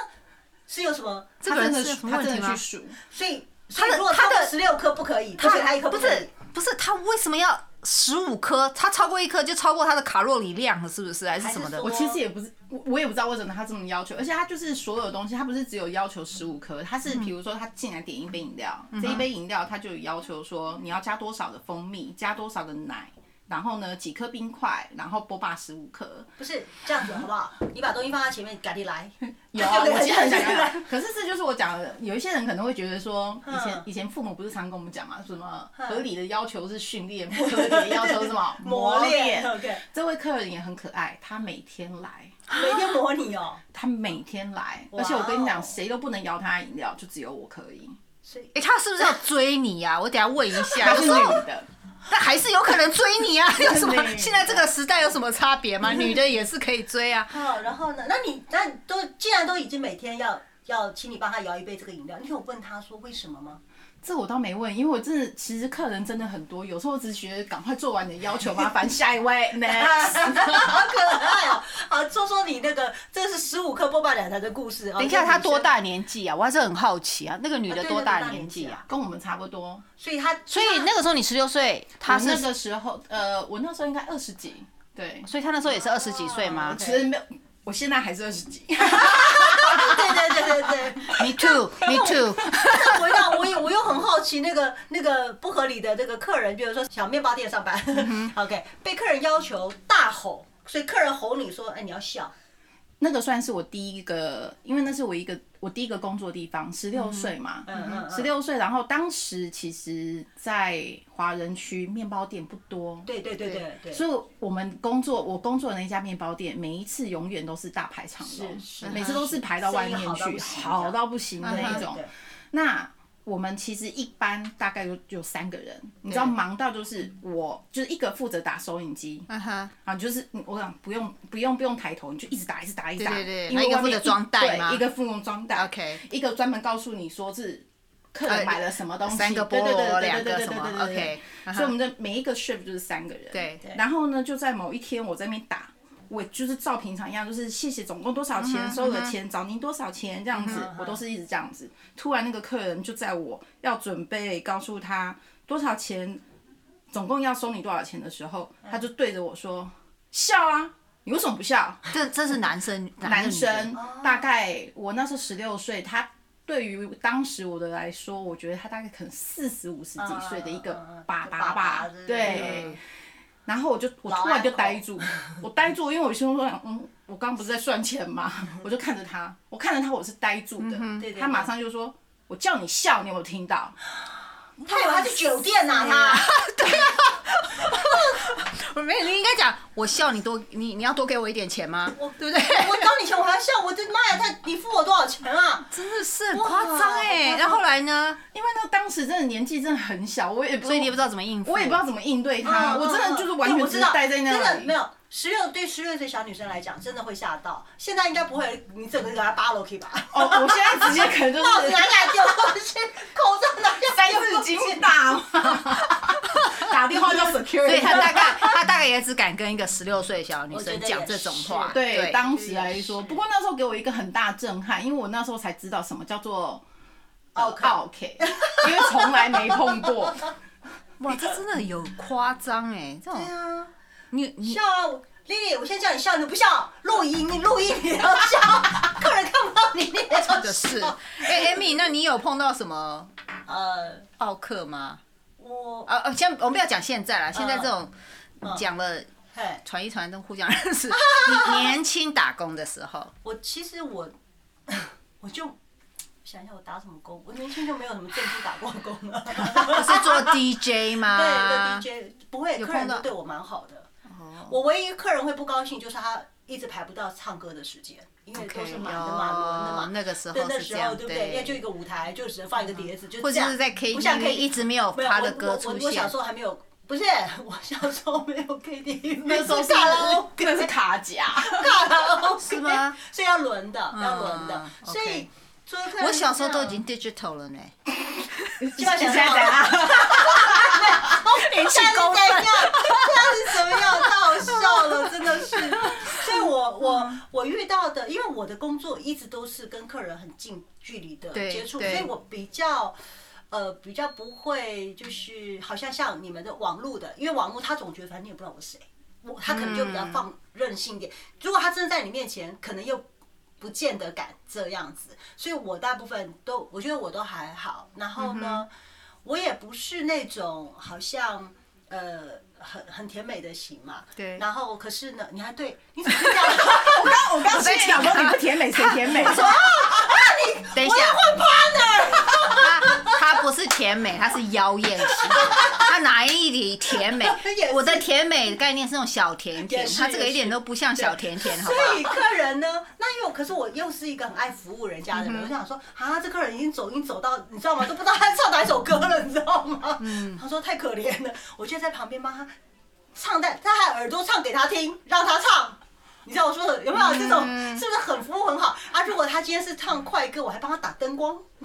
S1: 是有什么？
S2: 这个
S3: 真
S2: 人
S3: 的
S2: 是有什么
S3: 他
S2: 问题
S3: 真的
S2: 吗
S3: 去？数，
S1: 所以所以
S2: 的
S1: 如果
S2: 他
S1: 超
S2: 的
S1: 过十六颗不可以，他给他一颗
S2: 不
S1: 可以
S2: 是不是，他为什么要十五颗？他超过一颗就超过他的卡路里量了，是不是？还是
S1: 还是
S2: 什么的？
S1: 说
S3: 我其实也不是，我我也不知道为什么他这么要求，而且他就是所有东西，他不是只有要求十五颗，他
S1: 嗯
S3: 是比如说他进来点一杯饮料，这一杯饮料他就有要求说你要加多少的蜂蜜，加多少的奶，然后呢几颗冰块，然后波霸十五颗。
S1: 不是这样子好不好？你把东西放在前面，赶紧 来。
S3: 有啊，
S1: 对
S3: 我记得很想
S1: 对
S3: 要。可是这就是我讲的，有一些人可能会觉得说，以前
S1: 嗯
S3: 以前父母不是常跟我们讲嘛，什么合理的要求是训练，不合理的要求是什么 磨练。
S1: ，OK，
S3: 这位客人也很可爱，他每天来。
S1: 每天模拟 哦。
S3: 他每天来，
S1: 哦
S3: 而且我跟你讲，谁都不能摇他饮料，就只有我可以。
S1: 所以
S2: 哎、他是不是要追你呀、我等一下问一下。
S3: 她
S2: 有
S3: 啊是
S2: 时
S3: 女
S2: 候
S3: 的，
S2: 那还是有可能追你 啊？有什么
S3: 真的？耶
S2: 现在这个时代有什么差别 吗？女的也是可以追啊。
S1: 好，然后呢？那你那你都既然都已经每天要要请你帮他摇一杯这个饮料，你有问他说为什么 吗？
S3: 这我倒没问，因为我真的其实客人真的很多，有时候我只是觉得赶快做完你的要求，麻烦下一位 next。
S1: 好可爱哦！好，说说你那个这是十五颗波霸奶茶的故事。哦
S2: 等
S1: 等
S2: 一下，她多？大年纪啊？我还是很好奇啊，那个女的多大年纪啊？
S3: 跟我们差不多，
S1: 所以他
S2: 所以那个时候你十六岁，她
S3: 我
S2: 是
S3: 那，个时候，呃，我那时候应该二十几，对，
S2: 所以她那时候也是二十几岁吗
S1: 哦
S3: 其实没有，我现在还是二十几。
S1: 对对对对对。
S2: ？Me too，Me too。
S1: 那回 到我也我又很好奇那个那个不合理的那个客人，比如说小面包店上班、o
S3: 嗯
S1: k 被客人要求大吼，所以客人吼你说，哎、你要笑，
S3: 那个算是我第一个，因为那是我一个我第一个工作地方，十六岁嘛，
S1: 嗯嗯
S3: 十六岁，然后当时其实，在华人区面包店不多，
S1: 对对对对对，
S3: 所以我们工作，我工作的那一家面包店，每一次永远都是大排长龙，
S1: 是
S3: 每次都是排到外面
S1: 生意
S3: 去，
S1: 好
S3: 好
S1: 到
S3: 到不行的那一种
S1: 嗯对。
S3: 那我们其实一般大概就就三个人，你知道忙到就是我就是一个负责打收音机，
S2: 嗯哼
S3: 啊，就是嗯我想不用不用不用抬头，你就一直打一直打一直打，
S2: 对对对
S3: 因
S2: 那
S3: 为
S2: 一个
S3: 外面
S2: 负责装袋
S3: 对
S2: 吗
S3: 一个负责装袋
S2: OK
S3: 一个专门告诉你说是客人买了什么东西，
S2: 三个菠
S3: 对对对
S2: 萝，
S3: 对
S2: 两
S3: 对
S2: 个
S3: 对
S2: 什
S3: 对
S2: 么
S3: 对对对
S2: ？OK 嗯哼。
S3: 所以我们的每一个 shift 就是三个人，
S2: 对
S3: 然后呢，就在某一天我在那边打。我就是照平常一样，就是谢谢总共多少钱，收了钱，找您多少钱这样子，我都是一直这样子。突然那个客人就在我要准备告诉他多少钱总共要收你多少钱的时候，他就对着我说：“笑啊，你为什么不笑？”
S2: 这这是男生，
S3: 男
S2: 男
S3: 生，大概我那时候十六岁，他对于当时我的来说，我觉得他大概可能四十五十几岁的一个爸爸吧，对。然后我就我突然就呆住，我呆住，因为我心中想，嗯，我刚刚不是在算钱吗？我就看着他，我看着他，我是呆住的。
S1: 对
S3: 他马上就说：“我叫你笑，你有没有听到？”
S1: 他以为他去酒店呐， 他
S2: 没有，你应该讲，我笑你多，你你要多给我一点钱吗？对不对？
S1: 我找你钱我还要笑，我的妈呀，他你付我多少钱啊？
S2: 真的是很
S1: 哇
S2: 夸张哎。
S1: 好夸张
S2: 然后后来呢？
S3: 因为那当时真的年纪真的很小，我也不
S2: 所以你也不知道怎么应付，
S3: 我也不知道怎么应对他，
S1: 嗯
S3: 啊我真的就是
S1: 对
S3: 完全
S1: 我
S3: 只
S1: 知
S3: 是
S1: 道
S3: 呆在那里，
S1: 真的没有。十六对十六岁小女生来讲，真的会吓到。现在应该不会，你整个给她扒楼可以吧？
S3: 哦，我现在直接可能就
S1: 帽
S3: 是
S1: 子拿下来丢过去， 口罩拿下来
S3: 三
S1: 丢过
S3: 字
S1: 去
S3: 经。大嘛，打电话叫 security，
S2: 所以他大概 他大概也只敢跟一个十六岁的小女生讲这种话。
S1: 我
S3: 对当时来
S1: 也
S3: 说，
S1: 是
S3: 不过那时候给我一个很大震撼，因为我那时候才知道什么叫做
S1: 奥克
S3: OK，因为从来没碰 过。
S2: 哇，这真的有夸张哎，这种
S1: 对啊，
S2: 你你
S1: 笑啊！丽丽，我现在叫你笑，你不笑，录音你录音你要笑，客人看不到你，你也要笑。
S2: 的是 哎，Amy，那你有碰到什么
S1: 呃，
S2: 奥克吗？
S1: 我
S2: 啊啊，先我们不要讲现在啦，现在这种
S1: 嗯
S2: 讲了
S1: 嘿，
S2: 传一传都互相认识。 你年轻打工的时候，
S1: 我其实我我就想一下我打什么工，我年轻就没有什么正经打过工了。
S2: 不是做 DJ 吗？
S1: 对，对 DJ 不会，
S2: 有
S1: 客人
S2: 碰到
S1: 都对我蛮好的。我唯一客人会不高兴就是他一直排不到唱歌的时间，因为都是满的嘛，轮的
S2: 哦
S1: 嘛。
S2: 那个时
S1: 对
S2: 候
S1: 那
S2: 是
S1: 时
S2: 这
S1: 候
S2: 样，
S1: 对不对？因为就一个舞台，就只能放一个碟子，就
S2: 或
S1: 这
S2: 者
S1: 样
S2: 是在
S1: 不像
S2: KTV
S1: K
S2: 一直没有
S1: 没有
S2: 他的
S1: 我
S2: 歌
S1: 我
S2: 出
S1: 我我小
S2: 现
S1: 时。候还没有，不是我小时候没有 KTV，
S3: 那时候是
S1: 卡拉 OK，
S3: 真的是卡夹，
S1: 卡拉 OK
S2: 是吗？
S1: 所以要轮的，要轮的
S2: 嗯，，OK
S1: 所以。做客人
S2: 我小时候都已
S1: 这
S2: 经 digital 了呢，
S1: 样，就要
S3: 现在
S1: 想
S3: 怎样？
S1: 引起公愤，这样是什么样？太好笑了，真的 是。所以
S2: 嗯
S1: 我我我遇到的，因为我的工作一直都是跟客人很近距离的
S2: 对
S1: 接触，所
S2: 对
S1: 以我比较。呃，比较不会，就是好像像你们的网络的，因为网络他总觉得反正你也不知道我是谁，我他可能就比较放任性一点。如果他真的在你面前，可能又不见得敢这样子，所以我大部分都我觉得我都还好。然后
S2: 嗯
S1: 呢，我也不是那种好像呃很很甜美的型嘛。
S2: 对
S1: 然后可是呢，你还对你怎么会这样？ 我刚
S3: 我 刚才讲说你不甜美，谁甜 美？
S2: 等一下，他他不是甜美，他是妖 艳型。他哪一里甜美
S1: 也？是
S2: 我的甜美概念是那种小甜甜
S1: 也，是
S2: 他这个一点都不像小甜甜，好不
S1: 所以
S2: 好？
S1: 客人呢，那又可是我又是一个很爱服务人家的人，我就想说啊，这客人已经走，已经走到你知道吗？都不知道他唱哪一首歌了，你知道 吗？他说太可怜了，我就在旁边帮他唱，但他还耳朵唱给他听，让他唱。你知道我说的有没有这种？
S2: 嗯
S1: 是不是很服务很好啊？如果他今天是唱快歌，我还帮他打灯光，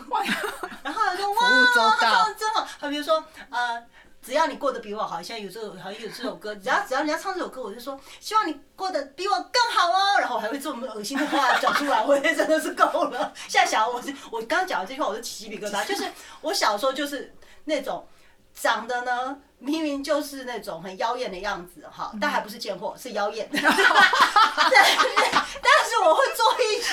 S1: 然后他说哇，
S2: 务周到
S1: 他唱的真好。他比如说呃。只要你过得比我好，现在有这首好像有这首歌，只要只要人家唱这首歌，我就说希望你过得比我更好哦。然后我还会这么恶心的话讲出来，我也真的是够了。现在想我是我刚讲的这句话，我就起鸡皮疙瘩。就是我小时候就是那种长得呢，明明就是那种很妖艳的样子哈，但还不是贱货，是妖艳。 但是 但是我会做一些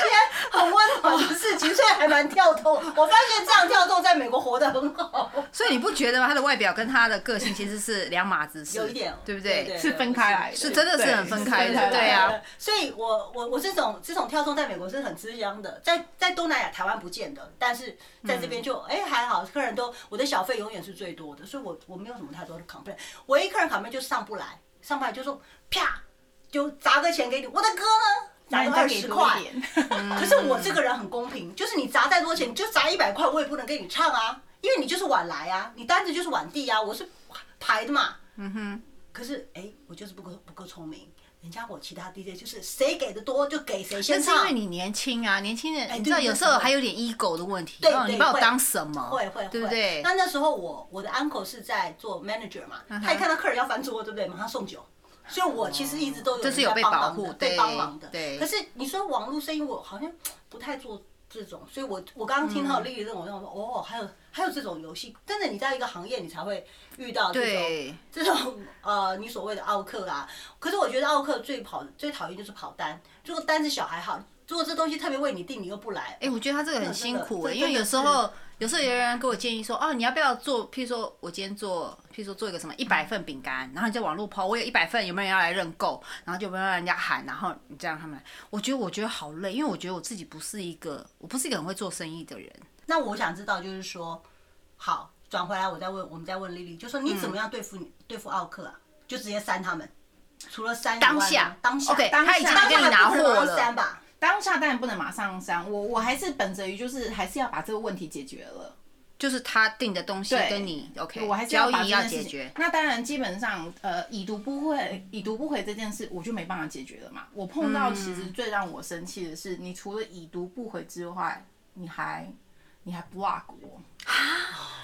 S1: 很温暖的事情，所以还蛮跳动。我发现这样跳动在美国活得很好。
S2: 所以你不觉得吗？他的外表跟他的个性其实是两码子事，
S1: 有一点
S2: 对不
S1: 对
S2: 对？
S3: 是分开来的，
S2: 是真的是
S3: 对
S2: 很分开的
S3: 是分
S2: 对啊
S1: 呃所以我我我这种这种跳动在美国是很吃香的，在在东南亚台湾不见得，但是在这
S3: 嗯
S1: 边就哎、还好，客人都我的小费永远是最多的，所以我我没有什么太多的 complain，唯一客人 complain 就是上不来，上不来就说啪就砸个钱给你，我的歌呢？
S3: 那
S1: 砸
S3: 你
S1: 个
S3: 再
S1: 二
S3: 给
S1: 十
S3: 多
S1: 块
S3: 一，点。嗯
S1: 可是我这个人很公平，就是你砸再多钱，你就砸一百块，我也不能给你唱啊，因为你就是晚来啊，你单子就是晚递啊，我是排的嘛。嗯哼。可是哎、我就是不够不够聪明，人家我其他 DJ 就是谁给的多就给谁
S2: 那
S1: 先
S2: 是
S1: 唱
S2: 因。为你年轻啊，年轻人，
S1: 哎
S2: 你知道
S1: 对
S2: 有时候还有点 ego 的问题，
S1: 对
S2: 哦
S1: 对
S2: 你把我
S1: 会
S2: 当什么？
S1: 会会会，
S2: 对不对？嗯
S1: 那那时候我我的 uncle 是在做 manager 嘛，他一看到客人要翻桌，对不对？马上送酒。所以我其实一直都有
S2: 这
S1: 人
S2: 是有
S1: 在
S2: 被
S1: 帮
S2: 保
S1: 忙
S2: 护
S1: 的
S2: 对
S1: 对帮忙的。
S2: 对
S1: 可是你说
S2: 嗯
S1: 网络生意，我好像不太做这种，所以我我刚刚听到丽丽这种，我想说哦，还有还有这种游戏，真的你在一个行业你才会遇到这种
S2: 对，
S1: 这种呃你所谓的奥克啊。可是我觉得奥克最跑最讨厌就是跑单，如果单是小孩好，如果这东西特别为你定，你又不来，
S2: 哎、我觉得他这个很辛苦、
S1: 那这
S2: 欸，
S1: 个
S2: 因为有
S1: 这
S2: 时
S1: 真
S2: 候有时候有人给我建议说，哦，你要不要做？譬如说我今天做，譬如说做一个什么一百份饼干，然后你在网络抛，我有一百份，有没有人要来认购？然后就不要让人家喊，然后你这样他们来，我觉得我觉得好累，因为我觉得我自己不是一个，我不是一个很会做生意的人。
S1: 那我想知道就是说，好转回来我再问，我们再问丽丽，就说你怎么样对付你、对付奥克啊？就直接删他们，除了删以外呢
S2: 当下
S1: 当下
S2: ，OK，
S3: 当下
S2: 他已经
S1: 当
S2: 给
S1: 下
S2: 你
S1: 还
S2: 拿货
S1: 不可能
S2: 了
S1: 删，吧？
S3: 当下当然不能马上删，我我还是本着于就是还是要把这个问题解决了。
S2: 就是他订的东西
S3: 对
S2: 跟你 OK，
S3: 我还是
S2: 交
S3: 把
S2: 易
S3: 这
S2: 要
S3: 件事
S2: 解
S3: 情
S2: 决。。
S3: 那当然，基本上，呃，已读不回，已读不回这件事，我就没办法解决了嘛。我碰到其
S2: 嗯
S3: 实最让我生气的是，你除了已读不回之外，你还你还 block 我，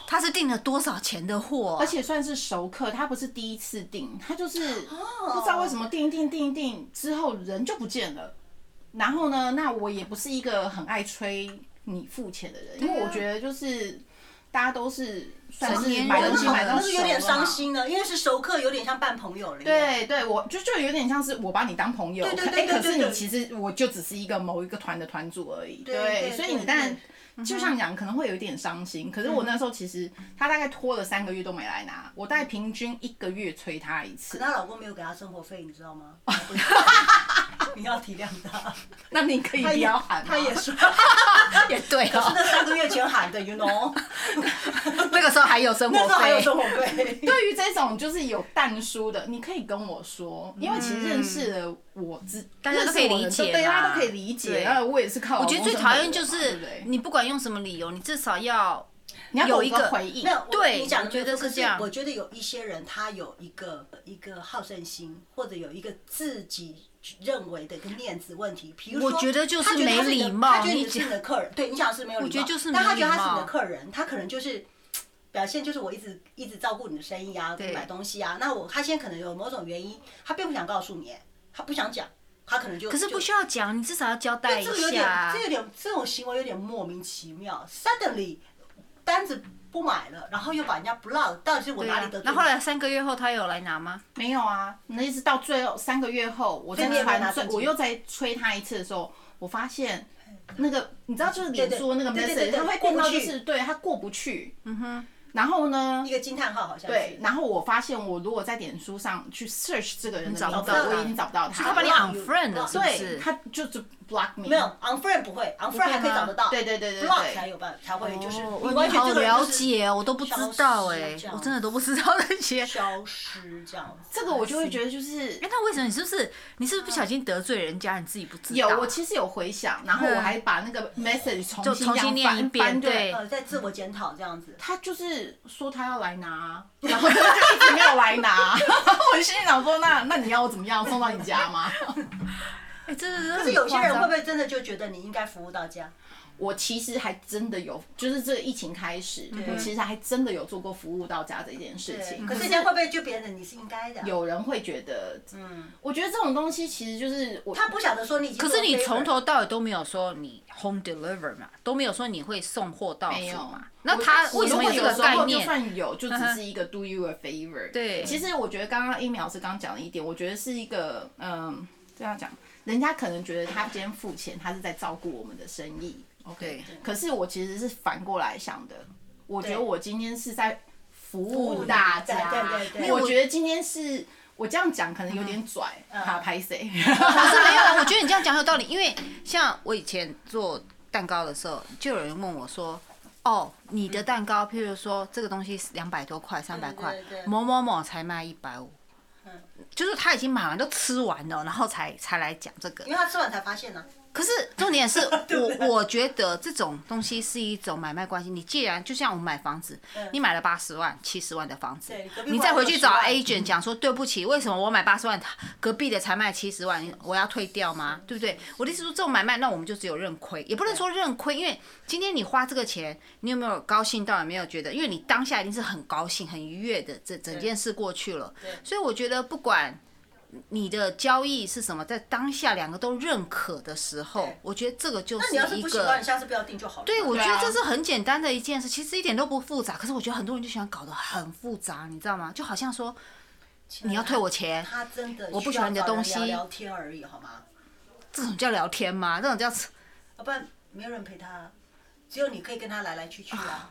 S2: 他是订了多少钱的货啊、
S3: 而且算是熟客，他不是第一次订，他就是
S2: 哦
S3: 不知道为什么订一订订一订之后人就不见了。然后呢，那我也不是一个很爱催你付钱的人，因为我觉得就是大家都是算
S2: 啊成年人
S3: 是买东西
S2: 了
S3: 买到
S1: 那
S3: 熟
S1: 是有点
S3: 了嘛
S1: 伤心的，因为是熟客，有点像半朋友了。，
S3: 对对，我就就有点像是我把你当朋友，
S1: 对对
S3: 可
S1: 对
S3: 哎
S1: 对
S3: 可是
S1: 对
S3: 你其实我就只是一个某一个团的团主而已，
S1: 对对
S3: 所以
S1: 对
S3: 你当然
S1: 对
S3: 就像讲可能会有一点伤心，可是
S2: 嗯
S3: 我那时候其实他大概拖了三个月都没来拿，我大概平均一个月催他一
S1: 可
S3: 次，
S1: 她老公没有给她生活费，你知道 吗？你要体谅她，
S3: 那你可以不要喊
S1: 她
S3: 吗
S1: 也说，
S2: 也 对
S1: 可是
S2: 哦，
S1: 那三个月前喊的，you know，
S2: 那个时候还有生活
S1: 那
S2: 费，
S1: 时候还有生活费。
S3: 对于这种就是有淡疏的，你可以跟我说，因为其实认识了我之，
S2: 嗯大家都可以理解
S3: 认识我的人对，大家
S2: 啦
S3: 都可以理解。
S2: 对
S3: 然后我也是靠
S2: 我
S3: 老公
S2: 觉
S3: 生
S2: 得
S3: 活
S2: 最
S3: 的人
S2: 讨
S3: 嘛，
S2: 厌就
S3: 对
S2: 是
S3: 不对
S2: 你不管用什么理由，你至少要
S3: 你要给
S2: 有
S3: 我
S2: 一
S3: 个
S2: 个
S3: 回应，
S1: 没有，我
S2: 对
S1: 你讲的
S2: 我觉得
S1: 没有错
S2: 是
S1: 可
S2: 这样
S1: 我觉得有一些人他有一个一个好胜心，或者有一个自己认为的一个面子问题。比如说，
S2: 我觉得就是
S1: 他觉得他是你的
S2: 没礼貌
S1: 他觉得你
S2: 你
S1: 是你的客人，对你讲的是没有礼貌，
S2: 我觉得就是
S1: 但他
S2: 没
S1: 觉得他是
S2: 礼
S1: 你
S2: 貌
S1: 的客人，他可能就是。表现就是我一直一直照顾你的生意啊，
S2: 对
S1: 买东西啊。那我他现在可能有某种原因，他并不想告诉你，他不想讲，他可能就
S2: 可是
S1: 就
S2: 不需要讲，你至少要交代一
S1: 这个有点，
S2: 下啊
S1: 这。有点这种行为有点莫名其妙。Suddenly，单子不买了，然后又把人家 block，到底是我
S2: 对
S1: 哪
S2: 啊
S1: 里得罪，你？
S2: 那后来三个月后他有来拿吗？
S3: 没有啊，那一直到最后三个月后，我在
S1: 对你也没有拿
S3: 传催
S1: 证，据
S3: 我又在催他一次的时候，我发现那个你知道，就是
S1: 对
S3: 脸
S1: 对
S3: 书那个
S1: 对对对
S3: message，
S1: 对
S3: 他会
S1: 过
S3: 变
S1: 不
S3: 到就
S1: 去
S3: 是对他过不去，嗯哼，然后呢
S1: 一，个惊叹号好像是
S3: 对，然后我发现我如果在脸书上去 search 这个人的
S2: 找
S3: 名
S2: 不
S3: 字，
S2: 到
S3: 我
S2: 他
S3: 已经找不到
S2: 是
S3: 他
S2: 他把你
S3: 了，
S1: 忘
S2: unfriend 了，是不
S3: 对，
S2: 是？
S3: 他就就 block me，
S1: 没有，unfriend 不会，unfriend 还可以找得到，
S3: 对对对对对
S1: block 才有办才会就是
S2: 哦
S1: 你
S2: 哇
S1: 完
S2: 你
S1: 全
S2: 好
S1: 这个人
S2: 了
S1: 就是
S2: 解，我都不知道
S1: 消失
S2: 哎
S1: 这，样
S2: 我真的都不知道那些。哎
S1: 消失这样子。
S3: 这个我就会觉得就是
S2: 哎，。那为什么你是不是你是不是不小心得罪人家，你自己不知道？
S3: 有，我其实有回想，然后我
S2: 嗯
S3: 还把那个 message 重
S2: 就
S3: 新
S2: 重
S3: 这样
S2: 新念
S3: 翻
S2: 一遍
S3: 翻
S2: 对
S1: 呃，在自我检讨这样
S2: 嗯
S1: 子，
S3: 他就是说他要来拿， 然后就一直没有来拿。 我心里想说，那那你要我怎么样？送到你家吗？
S2: 哎，真的
S1: 可是有些人会不会真的就觉得你应该服务到家？
S3: 我其实还真的有，就是这个疫情开始，我其实还真的有做过服务到家这件事
S1: 嗯
S3: 情。
S2: 嗯
S1: 可是人家会不会就别人你是应该的？，啊
S3: 有人会觉得，嗯，我觉得这种东西其实就是我，
S1: 他不晓得说你已经
S2: 可
S1: 做
S2: 是
S1: favor 了。
S2: 你从头到尾都没有说你 home deliver 嘛，都没有说你会送货到
S3: 没
S2: 府
S3: 有
S2: 嘛？那他
S3: 我
S2: 为什么有这个
S3: 时
S2: 概
S3: 候就
S2: 念？嗯
S3: 算有，就只是一个 do you a favor。
S2: 对
S3: 其实我觉得刚刚 Amy 老师刚刚讲的一点，我觉得是一个嗯，这样讲，人家可能觉得他今天付钱，他是在照顾我们的生意。
S2: 对
S3: OK，可是我其实是反过来想的，我觉得我今天是在服务大家。
S1: 对对对对
S3: 我觉得今天是我这样讲可能有点拽，哈 拍谁？
S2: 可嗯是没有，我觉得你这样讲很有道理，因为像我以前做蛋糕的时候，就有人问我说。哦，你的蛋糕，譬如说这个东西两百多块、三百块
S3: 嗯
S1: 对对，对
S2: 某某某才卖一百五，就是他已经买完都吃完了，然后才才来讲这个
S1: 因。为他吃完才发现呢，
S2: 可是重 点是我我觉得这种东西是一种买卖关系。你既然就像我们买房子，你买了八十万、七十万的房子
S1: 嗯对隔，壁
S2: 你再回去找
S1: 花了
S2: agent 讲说对不起，为什么我买八十万，他隔壁的才卖七十万，我要退掉吗？
S1: 嗯
S2: 对不对？我的意思说这种买卖，那我们就只有认亏，也不能说认亏，因为今天你花这个钱，你有没有高兴到？有没有觉得？因为你当下一定是很高兴、很愉悦的，整整件事过去了。所以我觉得不管。你的交易是什么，在当下两个都认可的时候
S1: 对，
S2: 我觉得这个就
S1: 那你要是
S2: 一
S1: 不喜欢，
S2: 个
S1: 你。下次不要订就好了。
S2: 对，我
S3: 对
S2: 觉
S3: 啊
S2: 得这是很简单的一件事，其实一点都不复杂。可是我觉得很多人就喜欢搞得很复杂，你知道吗？就好像说你要退我钱，
S1: 他真的
S2: 我不喜欢你的
S1: 需要找人
S2: 东西
S1: 聊聊天而已，好吗？
S2: 这种叫聊天吗？这种叫
S1: 要不然没有人陪他，只有你可以跟他来来去去 啊。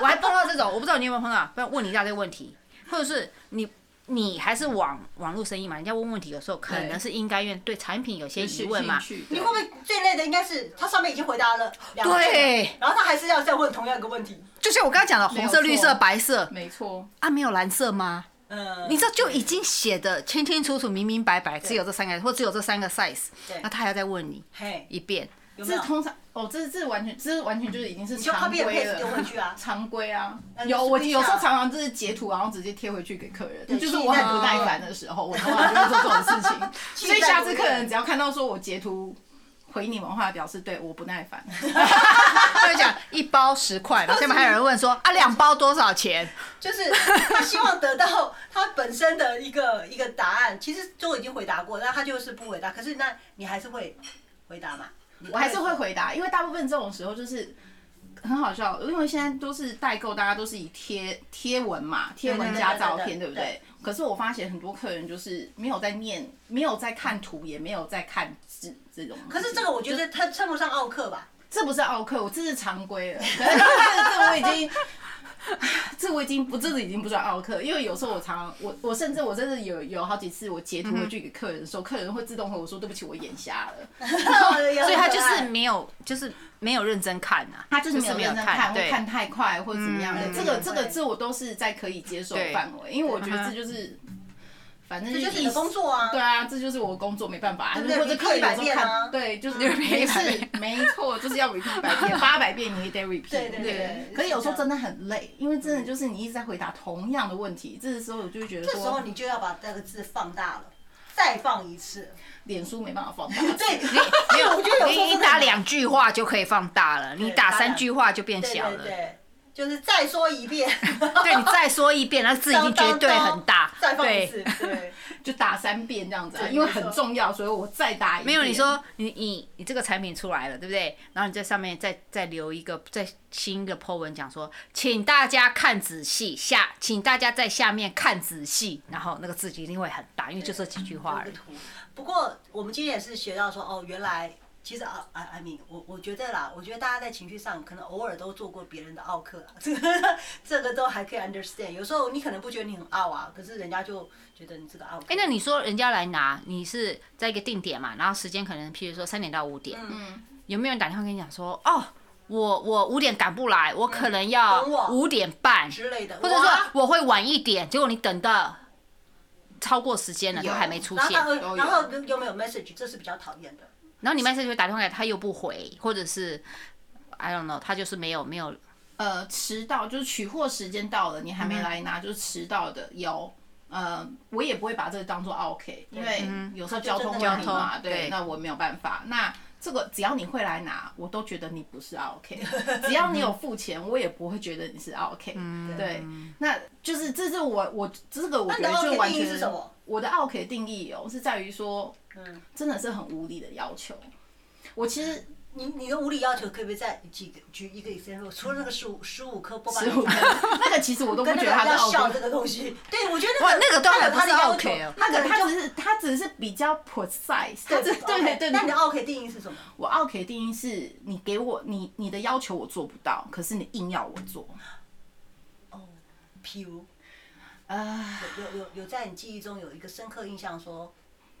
S2: 我还碰到这种，我不知道你有没有碰到，不然问你一大堆问题，或者是你你还是网网络生意嘛，人家问问题有时候可能是应该愿对产品有些疑问嘛，
S1: 你会不会最累的应该是他上面已经回答了两个
S2: 对
S1: 问题，然后他还是要再问同样一个问题？
S2: 就像我刚刚讲的红色、
S3: 没有错
S2: 绿色、白色
S3: 没错，
S2: 啊，没有蓝色吗？
S1: 嗯，
S2: 你知道就已经写的清清楚楚、明明白白，只有这三个，或只有这三个 size，
S1: 对
S2: 那他还要再问你
S1: 嘿，
S2: 一遍，
S1: 有没
S3: 这
S1: 有？
S3: 通常哦，这这完全这完全就是已经是
S1: 你就
S3: 常
S1: copy and
S3: 规
S1: paste
S3: 的。
S1: 丢回去啊
S3: 常规啊
S1: 那。你
S3: 有
S1: 就
S3: 我
S1: 试一
S3: 有时候
S1: 下
S3: 常常就是截图，然后直接贴回去给客人，就是
S1: 气
S3: 我很
S1: 在
S3: 不
S1: 鼓
S3: 耐烦的时候，我通常就会做这种事 情。所以
S1: 在
S3: 下
S1: 鼓
S3: 次客
S1: 励
S3: 人只要看到说我截图回你们的话，表示对我不耐烦。
S2: 他就讲一包十块，然后下面还有人问说啊，两包多少钱？
S1: 就是他希望得到他本身的一个一个答案，其实都已经回答过，那他就是不回答。可是那你还是会回答嘛？
S3: 我还是会回答，因为大部分这种时候就是很好笑，因为现在都是代购，大家都是以贴贴文嘛，贴文加照
S1: 对对对
S3: 片，
S1: 对
S3: 对不对？可是我发现很多客人就是没有在念，没有在看图，也没有在看字这种。
S1: 可是这个我觉得他称不上奥克 吧？
S3: 这不是奥克，我这是常规了。 可是这这我已经，这我已经不，这个已经不算奥克，因为有时候我常我我甚至我真的有有好几次我
S1: 嗯
S3: 截图回去给客人的时候，客人会自动回我说对不起，我眼瞎了。
S1: 所
S2: 所以他就是没有，就是没有认真看啊，
S3: 他就是没有
S2: 没有
S3: 认真看，或
S2: 对，
S3: 看太快，或者怎么样的。
S2: 嗯
S3: 这个
S1: 嗯
S3: 这个这我都是在可以接受的范围，因为我觉得这就是，反正
S1: 这就是你
S3: 一
S1: 的工。作啊
S3: 对。啊，这就是我的工作，没办法。
S1: 对不对
S3: 或者客人有时候
S1: 你可以百遍啊
S3: 看，对， 就是
S2: 遍
S3: 没
S2: 一百
S3: 事，没错，就是要 repeat 一百遍，八百遍你也得 repeat。
S1: 对对对
S3: 可是有时候真的很累，因为真的就是你一直在回答同样的问题，这时候我就会觉
S1: 嗯
S3: 得
S1: 这时候
S3: 说，
S1: 你就要把那个字放大了，再放一次。
S3: 脸书没办法放 大。
S1: 对，
S2: 没有，
S1: 我觉得有时候
S2: 你
S1: 真
S2: 你
S1: 的
S2: 打
S1: 很
S2: 两句话就可以放大了，你打
S1: 打
S2: 三
S1: 两
S2: 句话就变
S1: 对
S2: 小
S1: 对
S2: 了。
S1: 对，就是再说一遍。。
S2: 对你再说一遍，那字已经绝对很大
S1: 再放一次
S2: 对，，
S1: 对，
S3: 就打三遍这样子啊，
S1: 对
S3: 因为
S1: 没错
S3: 很重要，所以我再打一遍。
S2: 没有你说你你你这个产品出来了，对不对？然后你在上面再再留一个再新的 po 文，讲说，请大家看仔细下，请大家在下面看仔细，然后那个字一定会很大，因为就这几句话而
S1: 这
S2: 已
S1: 个。图。不过我们今天也是学到说，哦，原来其实啊，I I mean，我我觉得啦，我觉得大家在情绪上可能偶尔都做过别人的奥克啦， 这个这个都还可以 understand。有时候你可能不觉得你很傲啊，可是人家就觉得你这个傲。
S2: 哎、那你说人家来拿，你是在一个定点嘛，然后时间可能譬如说三点到五点，
S1: 嗯
S2: 有没有人打电话跟你讲说，哦，我我五点赶不来，我可能
S1: 嗯
S2: 要
S1: 等我啊
S2: 五点半，
S1: 之类的，
S2: 或者
S1: 哇
S2: 说我会晚一点，结果你等到超过时间了，他还没出
S1: 然后
S2: 现
S1: 他，会
S3: 都有
S1: 然后有有没有 message，这是比较讨厌的。
S2: 然后你 message 会打电话给他，他又不回，或者是 I don't know，他就是没有没有
S3: 呃迟到，就是取货时间到了，你还
S2: 嗯
S3: 没来拿，就是迟到的有。呃，我也不会把这个当做 OK，因为
S2: 嗯
S3: 有时候交通问题嘛，
S2: 就真的交通对
S3: 对，那我没有办法。那这个只要你会来拿，我都觉得你不是 OK。只要你有付钱，我也不会觉得你是 OK。对，
S2: 嗯
S3: 那就是这是我我这个我觉得
S1: 那你的 OK
S3: 就完
S1: 定义
S3: 全
S1: 是什么
S3: 我的 OK 定义哦，是在于说，
S1: 嗯，
S3: 真的是很无理的要求。我其 实
S1: 你你的无理要求可不可以再举个举一个 example？除了那个十五十五颗波霸
S3: 十五那个其实我都不
S1: 跟那个
S3: 觉得他是
S1: 要笑
S3: OK
S1: 这个东西，对我觉得
S2: 哇那个
S1: 他
S2: 都还
S1: 有
S2: 不
S1: 他的
S2: 是
S1: 要
S2: OK
S1: 求
S2: 哦，
S1: 他可
S3: 那
S1: 能
S3: 个他
S1: 就
S3: 只是他只是比较 precise，他只
S1: 对
S3: 对对
S1: 那你的
S3: 对。
S1: OK 定义是什么？
S3: 我 OK 定义是你给我你你的要求我做不到，可是你硬要我做，
S1: 譬如
S3: 啊，
S1: 有有有有在你记忆中有一个深刻印象说。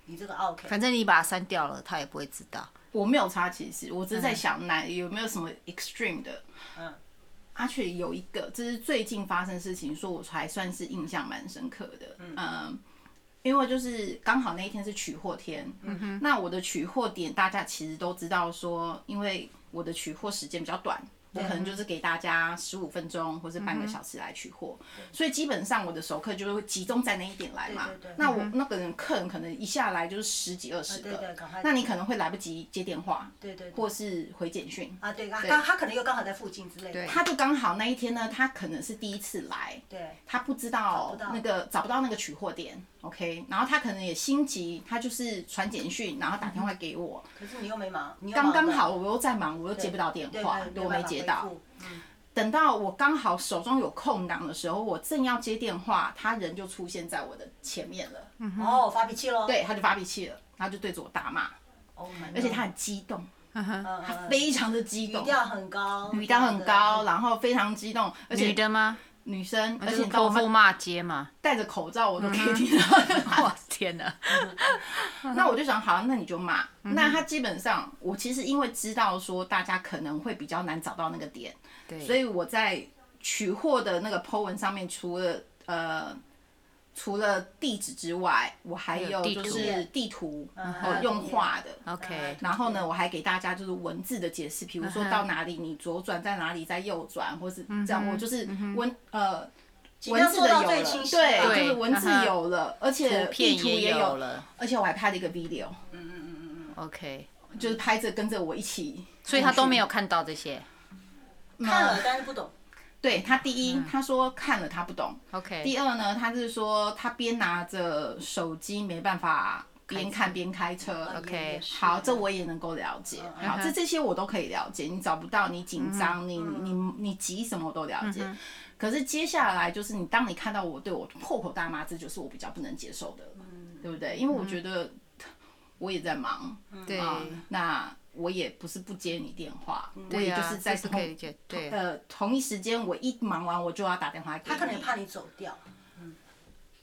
S1: 你这个 OK，
S2: 反正你把它删掉了，他也不会知道。
S3: 我没有差，其实我只是在想哪有没有什么 extreme 的。
S1: 嗯，
S3: 阿雪有一个，这是最近发生的事情，说我还算是印象蛮深刻的。嗯、因为就是刚好那一天是取货天，嗯、那我的取货点大家其实都知道说，因为我的取货时间比较短。我可
S1: 嗯
S3: 能就是给大家十五分钟或是半个小时来取货，所以基本上我的熟客就会集中在那一点来嘛。
S1: 对对对
S3: 那我那个人客人可能一下来就是十几二十
S1: 对对
S3: 个
S1: 赶快，
S3: 那你可能会来不及接电话，
S1: 对对对
S3: 或是回简讯，
S1: 啊，对啊，刚他可能又刚好在附近之类的，
S3: 他就刚好那一天呢，他可能是第一次来，
S1: 对
S3: 他不知道
S1: 不到
S3: 那个找不到那个取货点， OK，然后他可能也心急，他就是传简讯，然后打电话给我，
S1: 可是你又没忙，你又
S3: 刚刚
S1: 忙
S3: 好我又在忙，我又接不到电
S1: 对
S3: 话，
S1: 对
S3: 我没
S1: 办法
S3: 接
S1: 回
S3: 到
S1: 复。嗯
S3: 等到我刚好手中有空档的时候，我正要接电话，他人就出现在我的前面了，
S1: 哦，发脾气喽。
S3: 对，他就发脾气了，他就对着我大骂，
S1: Oh my god，
S3: 而且他很激动，
S1: 嗯嗯嗯
S3: 非常的激
S1: 语
S3: 动，
S1: 调很高，
S3: 语调很高，然后非常激动，而且
S2: 女的嗯吗？
S3: 女生，而
S2: 就是
S3: 且到
S2: 泼
S3: 我
S2: 妇
S3: 们
S2: 骂街嘛。
S3: 戴着口罩，我都可以听到他
S2: 嗯 哇天哪！
S3: 那我就想，好，那你就骂。
S2: 嗯
S3: 那他基本上，我其实因为知道说大家可能会比较难找到那个点，
S2: 对
S3: 所以我在取货的那个 po 文上面，除了呃除了地址之外，我还有
S2: 地
S3: 就
S2: 图嗯
S3: 是地图，
S1: 还
S3: 哦
S1: 有
S3: 用
S1: 地图
S3: 画的。
S2: OK，
S3: 然后呢，我还给大家就是文字的解释，比如
S2: 嗯
S3: 说到哪里你左转，在哪里再右转，或是这样，我就是
S2: 嗯
S3: 文呃
S1: 尽
S3: 文
S1: 量
S3: 字
S1: 做
S3: 的
S1: 到
S3: 有了，
S1: 最清晰啊吧。
S3: 对，
S2: 对
S3: 就是文字
S2: 嗯哼
S3: 有了，而且
S2: 图
S3: 地
S2: 片
S3: 图也
S2: 有
S3: 有，
S2: 了。呃嗯
S3: 而且我还拍了一个 video，
S2: OK，
S3: 就是拍着跟着我一起，
S2: 所以他都没有看到这些。
S1: 看了但是不懂。
S3: 对他第一，他说看了他不懂；
S2: 嗯 OK，
S3: 第二呢，他是说他边拿着手机没办法边看边开车。
S1: 也也
S2: OK，
S1: 是
S3: 好，这我也能够了解。
S2: 嗯
S3: 好，这这些我都可以了解。你找不到，你紧张，你
S2: 嗯
S3: 你你急什么我都了解。可是接下来就是你，当你看到我对我破口大骂，这就是我比较不能接受的，
S2: 嗯
S3: 对不对？因为我觉得我也在忙，
S2: 对
S3: 啊，那我也不是不接你电话，我
S2: 嗯对
S3: 也
S2: 呀，
S3: 就是在
S2: 这是可以理
S3: 同
S2: 解。对，
S3: 呃同一时间，我一忙完我就要打电话给
S1: 他可能也
S3: 你
S1: 怕你走掉，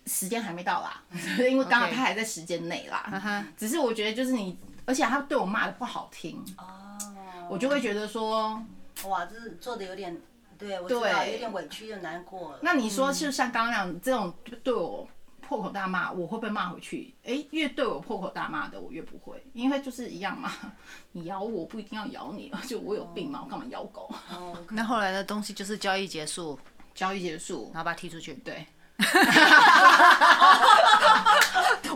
S3: 时间还没到啦， 因为刚好
S2: OK
S3: 他还在时间内
S2: 嗯
S3: 啦。
S2: 哼
S3: 只是我觉得就是你，而且他对我骂的不好听，
S2: 哦
S3: 我就会觉得说，
S1: 哇，这是做的有点，对我知道，
S3: 对
S1: 有点委屈，有点难过了。
S3: 那你说是像刚刚那样这种对我破口大骂，我会不会骂回去？诶，越对我破口大骂的，我越不会，因为就是一样嘛， 你咬我不一定要咬你，而且我有病嘛，我干嘛咬狗？
S1: 哦
S2: 那后来的东西就是交易结束，
S3: 交易结束，
S2: 然后把他踢出去。
S3: 对。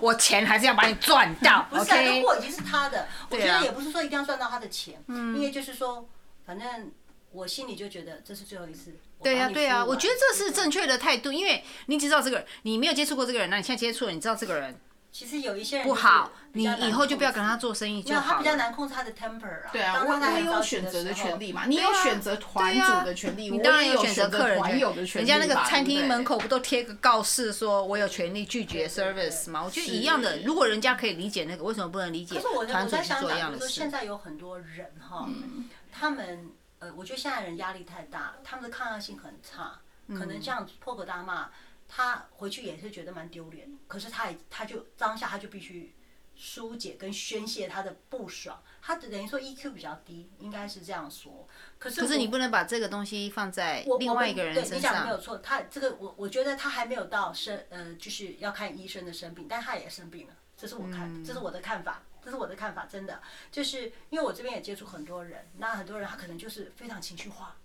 S2: 我钱还是要把你赚 到。
S1: 不是啊，那
S2: OK，
S1: 货已经是他的，我觉
S2: 对啊
S1: 得也不是说一定要赚到他的钱，因为就是说，反正我心里就觉得这是最后一次。
S2: 对呀、
S1: 呀、
S2: 啊对呀、我觉得这是正确的态度，因为你只知道这个人，你没有接触过这个人，那你现在接触了，你知道这个人
S1: 其实有一些人
S2: 不
S1: 就是
S2: 好，
S1: 比
S2: 你
S1: 较难
S2: 以后就不要
S1: 控制
S2: 跟他做生意就
S1: 没有，他
S2: 好
S1: 比较
S2: 了。
S1: 难控制他的 temper 啊。
S3: 对啊，
S1: 当
S3: 我
S1: 他在
S3: 我
S1: 很
S3: 有
S1: 着急
S3: 选
S1: 的
S3: 择的
S1: 时候
S3: 权利嘛，你
S2: 对
S3: 有
S2: 啊
S3: 选择团
S2: 对啊
S3: 主的权利，
S2: 你
S3: 我
S2: 当然
S3: 也
S2: 有
S3: 有
S2: 选择客人
S3: 团友的权
S2: 人
S3: 利
S2: 家
S3: 吧，
S2: 那个餐
S3: 对
S2: 厅
S3: 不对
S2: 门口不都贴个告示说我有权利拒绝 service 吗？我觉得一样的，如果人家可以理解那个，为什么不能理解
S1: 可是我
S2: 团
S1: 我
S2: 主
S1: 在
S2: 去
S1: 想
S2: 做一
S1: 讲，
S2: 样
S1: 就是
S2: 的
S1: 说
S2: 事嗯
S1: 现？在有很多人哈，他们呃，我觉得现在人压力太大，他们的抗压性很差，可
S2: 嗯
S1: 能这样破口大骂，他回去也是觉得蛮丢脸。可是他也他就当下他就必须疏解跟宣泄他的不爽，他等于说 EQ 比较低，应该是这样说。可是
S2: 可是你
S1: 我
S2: 不能把这个东西放在
S1: 我
S2: 另
S1: 我
S2: 外
S1: 们
S2: 一个人
S1: 对
S2: 身
S1: 你讲的没有
S2: 上。
S1: 错，他这个我我觉得他还没有到生呃，就是要看医生的生病，但他也生病了，这是我看，这是
S2: 嗯
S1: 我的看法，这是我的看法，真的，就是因为我这边也接触很多人，那很多人他可能就是非常情绪化，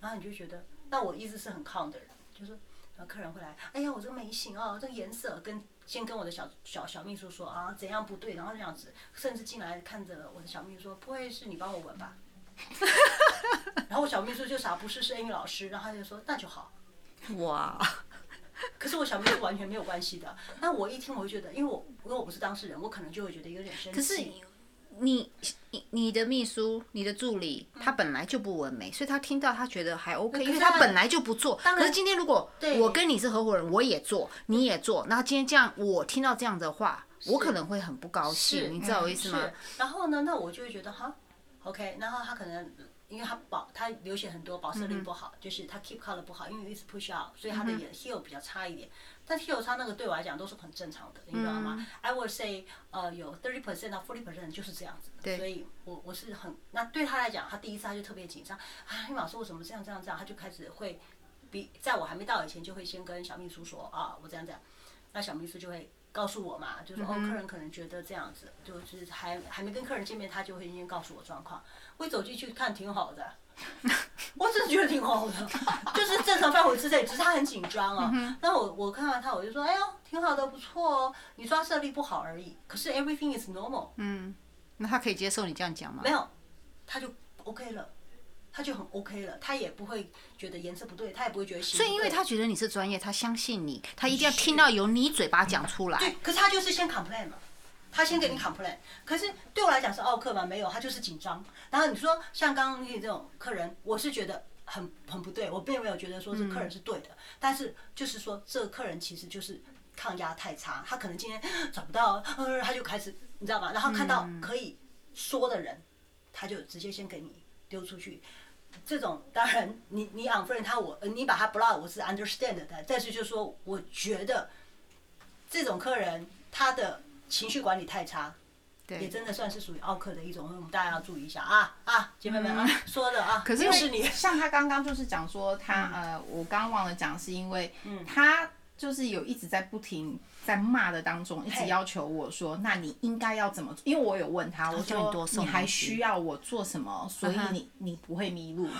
S1: 然后你就觉得，那我一直是很抗的人，就是呃客人会来，哎呀，我这个眉形哦，这个颜色跟。先跟我的小小小秘书说啊，怎样不对，然后这样子，甚至进来看着我的小秘书说，不会是你帮我闻吧？ 然后我小秘书就傻不是是英语老师，然后他就说那就好。
S2: 哇，
S1: 可是我小秘书完全没有关系的。那我一听我就觉得，因为我因为我不是当事人，我可能就会觉得有点生气。
S2: 可是你你你的秘书、你的助理，
S3: 嗯
S2: 他本来就不纹眉，所以他听到他觉得还 OK，因为他
S1: 他
S2: 本来就不做。可是今天如果
S1: 对
S2: 我跟你是合伙人，我也做，你也做，那今天这样我听到这样的话，我可能会很不高
S1: 是
S2: 兴，你知道我意思吗
S3: 嗯
S1: 是？，然后呢，那我就会觉得哈，OK，然后他可能因为他保他流血很多，保湿力不好，就是他 keep color 不好，因为一直 push out，所以他的眼 heel 比较差一点。但 heel 差那个对我来讲都是很正常的，你知道吗、i would say，呃，有 thirty percent 到 forty percent 就是这样子的，所以我我是很那对他来讲，他第一次他就特别紧张啊，因为老师为什么这样这样这样，他就开始会比在我还没到以前就会先跟小秘书说啊，我这样这样。那小秘书就会告诉我嘛，就说、
S2: 嗯
S1: 哦，客人可能觉得这样子，就是还还没跟客人见面，他就会先告诉我状况。我一走进去看挺好的， 我真的觉得挺好的， 就是正常范围之内，只是他很紧张啊。
S2: 嗯
S1: 那我我看到他，我就说，哎呦，挺好的，不错哦，你抓视力不好而已。可是
S2: 嗯
S1: everything is normal，
S2: 那他可以接受你这样讲吗？
S1: 没有，他就 OK 了。他就很 OK 了，他也不会觉得颜色不对，他也不会觉得形不
S2: 所
S1: 对。
S2: 以因为他觉得你是专业，他相信你，他一定要听到由你嘴巴讲出来。
S1: 对，可是他就是先 complain 嘛，他先给你 complain。可是对我来讲是奥克嘛，没有，他就是紧张。然后你说像刚刚你这种客人，我是觉得很很不对，我并没有觉得说是客人是对的，但是就是说这个客人其实就是抗压太差，他可能今天找不到，呃，他就开始你知道吗？然后看到
S2: 嗯
S1: 可以说的人，他就直接先给你丢出去。这种当然你，你 unfriend 他我，呃你把他 block 我是 understand 的，但是就是说，我觉得这种客人他的情绪管理太差，
S2: 对
S1: 也真的算是属于奥克的一种，我们大家要注意一下啊啊，姐妹们啊，说的啊，
S2: 嗯 可是
S1: 又
S2: 因为
S1: 是你，
S3: 像他刚刚就是讲说他、
S2: 嗯
S3: 呃，我刚刚忘了讲，是因为他就是有一直在不停在骂的当中，一直
S1: 嘿
S3: 要求我说，那你应该要怎么做？因为我有问他，我
S2: 叫你多
S3: 说
S2: 送
S3: 你还
S2: 东西
S3: 需要我做什么？所以
S2: 嗯哼
S3: 你你不会迷路。